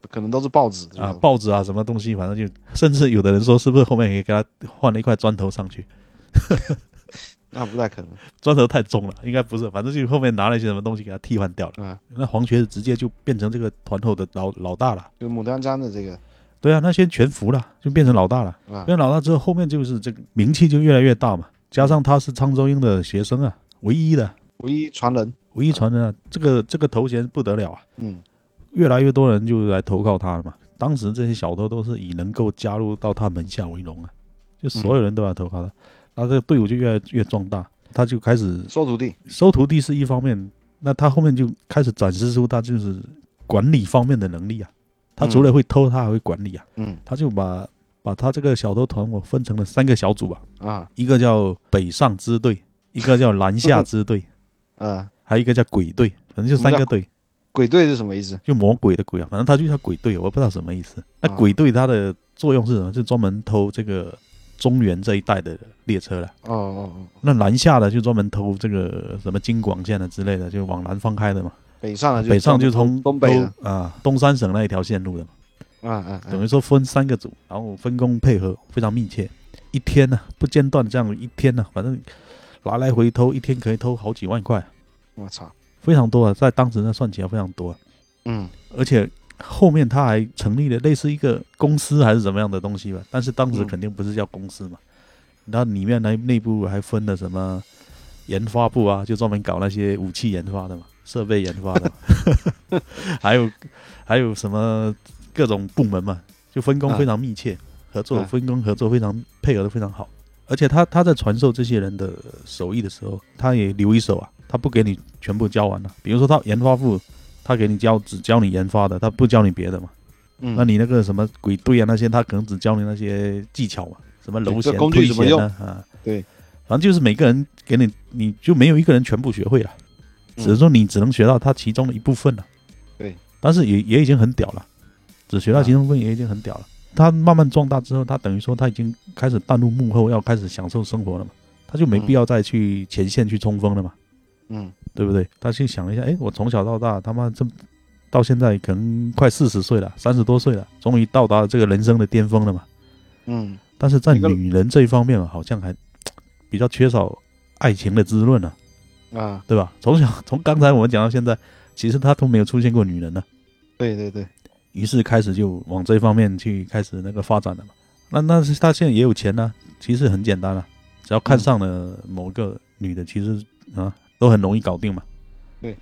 S2: 可能都是报纸
S1: 啊，报纸啊，什么东西，反正就甚至有的人说，是不是后面也给他换了一块砖头上去？
S2: 那不太可能。
S1: 砖头太重了，应该不是，反正就后面拿了一些什么东西给他替换掉了。
S2: 啊，
S1: 那黄瘸子直接就变成这个团伙的老老大了。
S2: 就牡丹江的这个
S1: 对啊，那些全服了，就变成老大了。
S2: 啊
S1: 变，成老大之后，后面就是这个名气就越来越大嘛。加上他是沧州鹰的学生啊，唯一的
S2: 唯一传人。
S1: 唯一传人啊，这个这个头衔不得了啊！
S2: 嗯
S1: 越来越多人就来投靠他了嘛。当时这些小偷都是以能够加入到他门下为荣啊，就所有人都来投靠他，那这个队伍就越来越壮大。他就开始
S2: 收徒弟。
S1: 收徒弟是一方面，那他后面就开始展示出他就是管理方面的能力啊。他除了会偷，他还会管理啊。
S2: 嗯
S1: 他就把把他这个小偷团伙分成了三个小组吧，
S2: 啊
S1: 一个叫北上支队，一个叫南下支队，
S2: 啊，
S1: 还有一个叫鬼队，反正就三个队，
S2: 鬼队是什么意思？
S1: 就魔鬼的鬼啊，反正他就叫鬼队，我不知道什么意思。那
S2: 啊
S1: 鬼队它的作用是什么？是专门偷这个中原这一带的列车了。
S2: 哦哦哦，
S1: 那南下的就专门偷这个什么京广线的啊之类的，就往南方开的嘛。
S2: 北上的就
S1: 北上就从
S2: 东北的
S1: 都啊东三省那一条线路的嘛。
S2: 啊啊
S1: 等于说分三个组，然后分工配合非常密切，一天呢、不间断这样一天呢、反正来来回偷一天可以偷好几万块，
S2: 我操，
S1: 非常多啊，在当时那算起来非常多啊、
S2: 嗯
S1: 而且后面他还成立了类似一个公司还是怎么样的东西吧，但是当时
S2: 嗯
S1: 肯定不是叫公司嘛，那里面呢内部还分了什么研发部啊，就专门搞那些武器研发的嘛，设备研发的嘛还有还有什么各种部门嘛，就分工非常密切。合作
S2: 哎
S1: 分工合作非常配合的非常好。而且他他在传授这些人的手艺的时候，他也留一手啊，他不给你全部教完了、啊比如说他研发部，他给你教只教你研发的，他不教你别的嘛。
S2: 嗯，
S1: 那你那个什么鬼队啊那些，他可能只教你那些技巧嘛，什么
S2: 对
S1: 楼
S2: 这
S1: 弦、
S2: 工
S1: 推
S2: 具怎么
S1: 弦
S2: 用
S1: 啊，啊
S2: 对，
S1: 反正就是每个人给你，你就没有一个人全部学会了，啊只是
S2: 嗯
S1: 说你只能学到他其中的一部分了。啊
S2: 对，
S1: 但是也也已经很屌了，只学到
S2: 啊
S1: 其中一部分也已经很屌了。他慢慢壮大之后，他等于说他已经开始淡入幕后，要开始享受生活了嘛，他就没必
S2: 嗯
S1: 要再去前线去冲锋了嘛。
S2: 嗯
S1: 对不对？他去想了一下，哎，我从小到大，他妈这么到现在可能快四十岁了，三十多岁了，终于到达了这个人生的巅峰了嘛。
S2: 嗯，
S1: 但是在
S2: 那个
S1: 女人这一方面，好像还比较缺少爱情的滋润啊，
S2: 啊，
S1: 对吧？从小从刚才我们讲到现在，其实他都没有出现过女人啊呢、
S2: 对对对，
S1: 于是开始就往这方面去开始那个发展了嘛。那那是他现在也有钱呢、其实很简单啊，只
S2: 嗯
S1: 要看上了某个女的，其实啊都很容易搞定嘛。
S2: 对，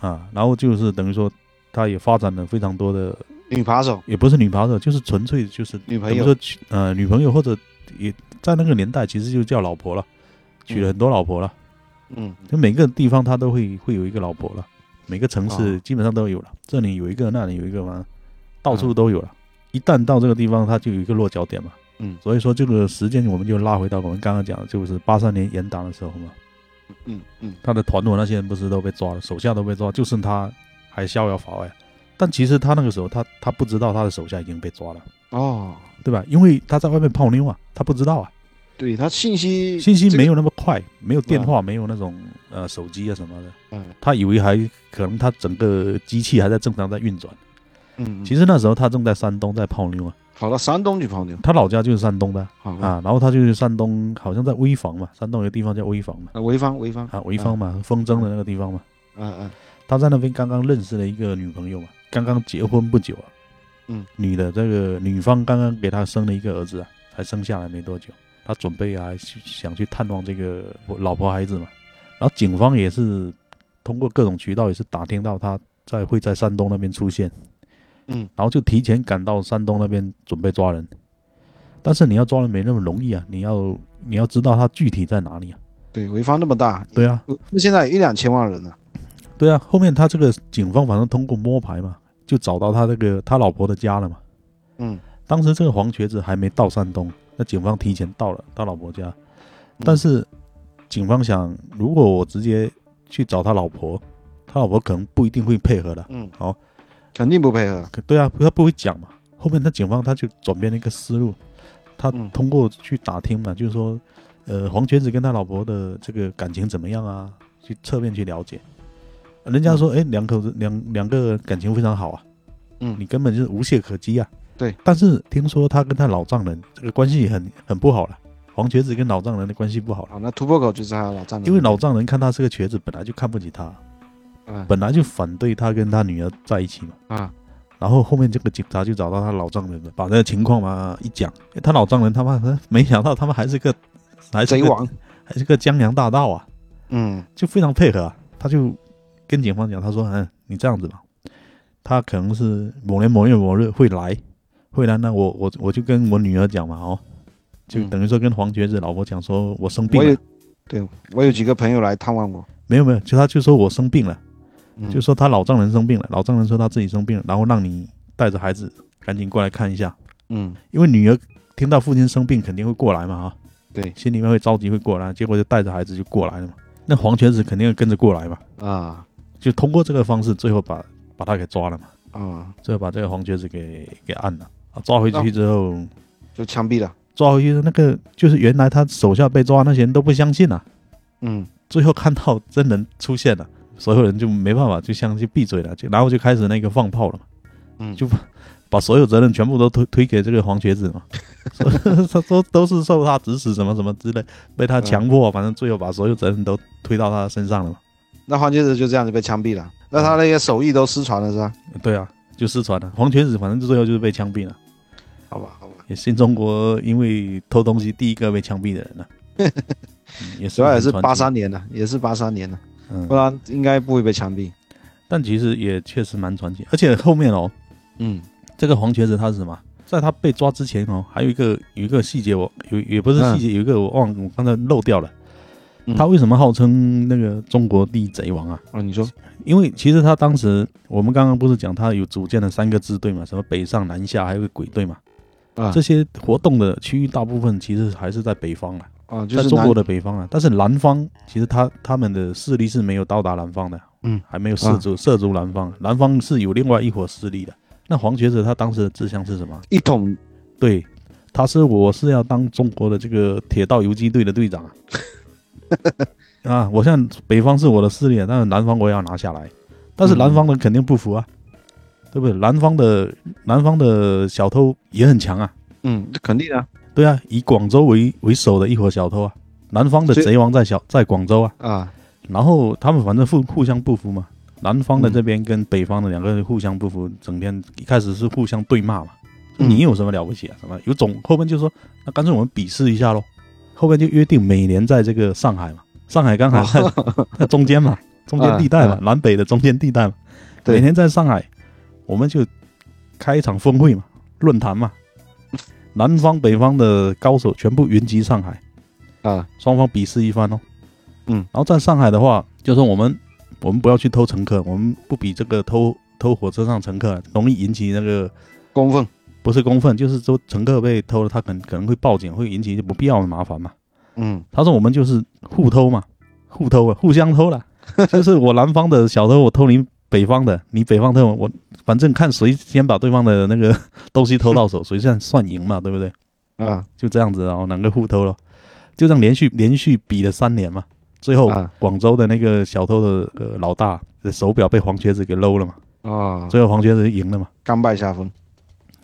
S1: 啊，然后就是等于说，他也发展了非常多的，
S2: 女扒手，
S1: 也不是女扒手，就是纯粹就是
S2: 女朋
S1: 比如
S2: 友
S1: 说，娶呃女朋友或者也在那个年代，其实就叫老婆了，娶了很多老婆了，
S2: 嗯，
S1: 就每个地方他都会会有一个老婆了，每个城市
S2: 哦
S1: 基本上都有了，这里有一个，那里有一个嘛，到处都有了。一旦到这个地方，他就有一个落脚点嘛。
S2: 嗯
S1: 所以说这个时间我们就拉回到我们刚刚讲的，就是八三年严打的时候嘛，
S2: 嗯嗯，
S1: 他的团伙那些人不是都被抓了，手下都被抓，就剩他还逍遥法外。但其实他那个时候，他他不知道他的手下已经被抓了，
S2: 哦，
S1: 对吧？因为他在外面泡妞啊，他不知道啊，
S2: 对他信息
S1: 信息
S2: 这
S1: 没
S2: 个，
S1: 有那么快，没有电话，没有那种呃手机啊什么的，
S2: 嗯
S1: 他以为还可能他整个机器还在正常在运转，
S2: 嗯，
S1: 其
S2: 实
S1: 实那时候他正在山东在泡妞啊，
S2: 跑到山东去泡妞，
S1: 他老家就是山东的
S2: 好吧，
S1: 啊，然后他就是山东，好像在潍坊嘛，山东有个地方叫潍坊嘛，
S2: 啊潍坊潍坊，
S1: 啊，潍坊嘛，风筝的那个地方嘛，
S2: 嗯嗯
S1: 他在那边刚刚认识了一个女朋友嘛，刚刚结婚不久啊，
S2: 嗯，
S1: 女的这个女方刚刚给他生了一个儿子啊，才生下来没多久，他准备啊去想去探望这个老婆孩子嘛，然后警方也是通过各种渠道也是打听到他在会在山东那边出现，
S2: 嗯，
S1: 然后就提前赶到山东那边准备抓人，但是你要抓人没那么容易啊，你要你要知道他具体在哪里啊，
S2: 对，潍坊那么大，
S1: 对啊，
S2: 那现在有一两千万人呢，
S1: 对啊，后面他这个警方反正通过摸排嘛，就找到他这个他老婆的家了嘛。
S2: 嗯
S1: 当时这个黄瘸子还没到山东，那警方提前到了他老婆家，
S2: 嗯
S1: 但是警方想，如果我直接去找他老婆，他老婆可能不一定会配合的。
S2: 嗯，
S1: 好，
S2: 肯定不配合，
S1: 可对啊，他不会讲嘛。后面他警方他就转变了一个思路，他
S2: 嗯
S1: 通过去打听嘛，就是说，呃，黄瘸子跟他老婆的这个感情怎么样啊？去侧面去了解，人家说，哎、两口子两两个感情非常好啊，
S2: 嗯
S1: 你根本就是无懈可击啊。
S2: 对，
S1: 但是听说他跟他老丈人这个关系很很不好了，黄瘸子跟老丈人的关系不好了，
S2: 好，那突破口就是他老丈人，
S1: 因为老丈人看他是个瘸子，本来就看不起他，
S2: 啊
S1: 本来就反对他跟他女儿在一起嘛。
S2: 啊，
S1: 然后后面这个警察就找到他老丈人了，把这个情况嘛一讲，诶他老丈人他妈的没想到他们还是个还是
S2: 贼
S1: 个
S2: 王，
S1: 还是个江洋大盗啊，
S2: 嗯
S1: 就非常配合啊。他就跟警方讲，他说：“嗯，你这样子吧，他可能是某年某月某日会来，会来呢，我我我就跟我女儿讲嘛，哦，就
S2: 嗯
S1: 等于说跟黄瘸子老婆讲说我生病
S2: 我
S1: 了
S2: 有，对我有几个朋友来探望我，
S1: 没有没有，就他就说我生病了。”
S2: 嗯
S1: 就说他老丈人生病了，老丈人说他自己生病了，然后让你带着孩子赶紧过来看一下，
S2: 嗯
S1: 因为女儿听到父亲生病肯定会过来嘛，啊，
S2: 对
S1: 心里面会着急会过来，结果就带着孩子就过来了嘛。那黄瘸子肯定跟着过来嘛，
S2: 啊
S1: 就通过这个方式，最后把把他给抓了嘛，
S2: 啊，
S1: 最后把这个黄瘸子给给按了。啊，抓回去之后，
S2: 就枪毙了，
S1: 抓回去的那个就是原来他手下被抓那些人都不相信啊，
S2: 嗯
S1: 最后看到真人出现了，所有人就没办法，就相信闭嘴了，就然后就开始那个放炮了。
S2: 嗯，
S1: 就把所有责任全部都推推给这个黄瘸子 嘛，说他说 都是受他指使什么什么之类，被他强
S2: 嗯
S1: 迫，反正最后把所有责任都推到他身上了嘛。
S2: 那黄瘸子就这样子被枪毙了，那他那些手艺都失传了是吧？
S1: 对啊，就失传了。黄瘸子反正最后就是被枪毙了，
S2: 好吧，好吧，
S1: 也新中国因为偷东西第一个被枪毙的 人了。啊嗯也是
S2: 主要也是
S1: 很传奇
S2: 八，三年的，也是八三年的，不
S1: 嗯，
S2: 然应该不会被枪毙。
S1: 但其实也确实蛮传奇，而且后面哦，
S2: 嗯
S1: 这个黄瘸子他是什么？在他被抓之前哦，还有一个有一个细节我，有也不是细节，有一个我忘我刚才漏掉了。
S2: 嗯
S1: 他为什么号称那个中国第一贼王啊？
S2: 哦，你说，
S1: 因为其实他当时我们刚刚不是讲他有组建了三个支队嘛，什么北上南下，还有个鬼队嘛。
S2: 啊
S1: 这些活动的区域大部分其实还是在北方了，
S2: 啊，就是
S1: 在中国
S2: 的，
S1: 的北方了。但是南方其实他他们的势力是没有到达南方的，
S2: 嗯，
S1: 还没有涉足涉足南方，南方是有另外一伙势力的。那黄觉者他当时的志向是什么？
S2: 一统
S1: 对，他是我是要当中国的这个铁道游击队的队长啊！ 啊，我像北方是我的势力，但是南方我也要拿下来。但是南方的肯定不服啊，对不对？南方的南方的小偷也很强啊，
S2: 嗯，这肯定的
S1: 对啊，以广州为为首的一伙小偷啊，南方的
S2: 所以
S1: 贼王在小在广州啊，
S2: 啊，
S1: 然后他们反正互互相不服嘛，南方的
S2: 嗯
S1: 这边跟北方的两个人互相不服，整天一开始是互相对骂嘛，
S2: 嗯
S1: 你有什么了不起啊？什么有种？后面就说那干脆我们比试一下喽，后面就约定每年在这个上海嘛，上海刚好在、
S2: 哦
S1: 在中间嘛，中间地带嘛，
S2: 啊
S1: 南北的中间地带嘛，
S2: 对
S1: 每年在上海，我们就开一场峰会嘛，论坛嘛，南方北方的高手全部云集上海。
S2: 啊，
S1: 双方比试一番哦。
S2: 嗯
S1: 然后在上海的话，就说我们我们不要去偷乘客，我们不比这个偷偷火车上乘客容易引起那个
S2: 供奉，
S1: 不是公愤，就是说乘客被偷了，他可能可能会报警，会引起不必要的麻烦嘛。
S2: 嗯，
S1: 他说我们就是互偷嘛，互偷啊，互相偷了，就是我南方的小偷，我偷你北方的，你北方偷我，我反正看谁先把对方的那个东西偷到手，谁算算赢嘛，对不对？
S2: 啊
S1: 就这样子，然后两个互偷了，就这样连续连续比了三年嘛。最后
S2: 啊
S1: 广州的那个小偷的呃老大的手表被黄瘸子给搂了嘛，
S2: 啊，
S1: 最后黄瘸子赢了嘛，
S2: 甘拜下风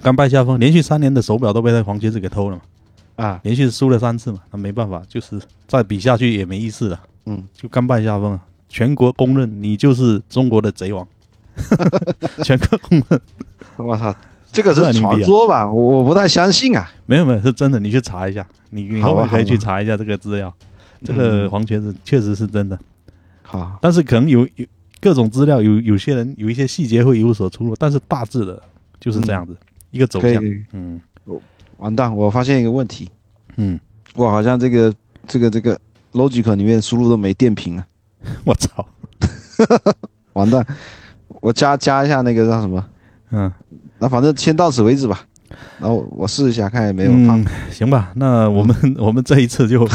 S1: 甘拜下风。连续三年的手表都被那黄瘸子给偷了嘛，
S2: 啊，
S1: 连续输了三次嘛，那没办法，就是再比下去也没意思了，
S2: 嗯，
S1: 就甘拜下风啊。全国公认你就是中国的贼王， 全国公认
S2: 我操，这个
S1: 这
S2: 是
S1: 你比啊
S2: 传说吧？我我不太相信啊，
S1: 没有没有是真的，你去查一下，你你
S2: 好啊
S1: 后面可以
S2: 好啊嗯
S1: 去查一下这个资料，这个黄瘸子确实是真的。
S2: 好，
S1: 但是可能有有各种资料，有有些人有一些细节会有所出入，但是大致的就是这样子、一个走
S2: 可以
S1: 向
S2: 嗯可。以，哦
S1: 嗯
S2: 完蛋，我发现一个问题，
S1: 嗯，
S2: 我好像这个这个这个 Logic 里面输入都没电瓶啊，
S1: 我操，
S2: 完蛋，我加加一下那个叫什么？
S1: 嗯，
S2: 那反正先到此为止吧。然后我试一下，看有没有嗯放。
S1: 嗯，行吧，那我们、 我们这一次 就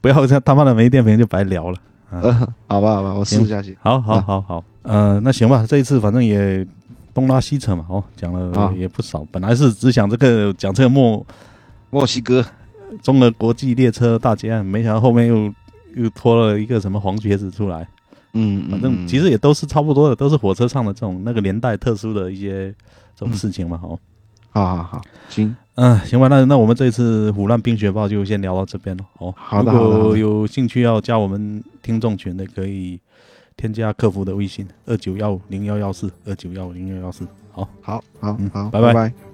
S1: 不要再他妈的没电瓶就白聊了。
S2: 呃，好吧，好吧，我试一下去。
S1: 好，好，
S2: 啊
S1: 好，好，呃，那行吧，这一次反正也东拉西扯嘛，哦，讲了
S2: 啊
S1: 也不少。本来是只想这个讲这个墨
S2: 墨西哥
S1: 中俄国际列车大劫案，没想到后面又又拖了一个什么黄瘸子出来。
S2: 嗯，嗯，
S1: 反正其
S2: 实
S1: 实也都是差不多的，都是火车上的这种那个年代特殊的一些这
S2: 嗯
S1: 种事情嘛。哦，
S2: 好好好，行，
S1: 嗯，行吧，那那我们这一次《虎烂冰雪暴》就先聊到这边了。哦，
S2: 好的
S1: 如
S2: 好的好
S1: 果
S2: 的
S1: 有兴趣要加我们听众群的，可以添加客服的微信二九幺零幺幺四二九幺零幺幺四。好。
S2: 好好
S1: 嗯
S2: 好，
S1: 拜拜
S2: 拜。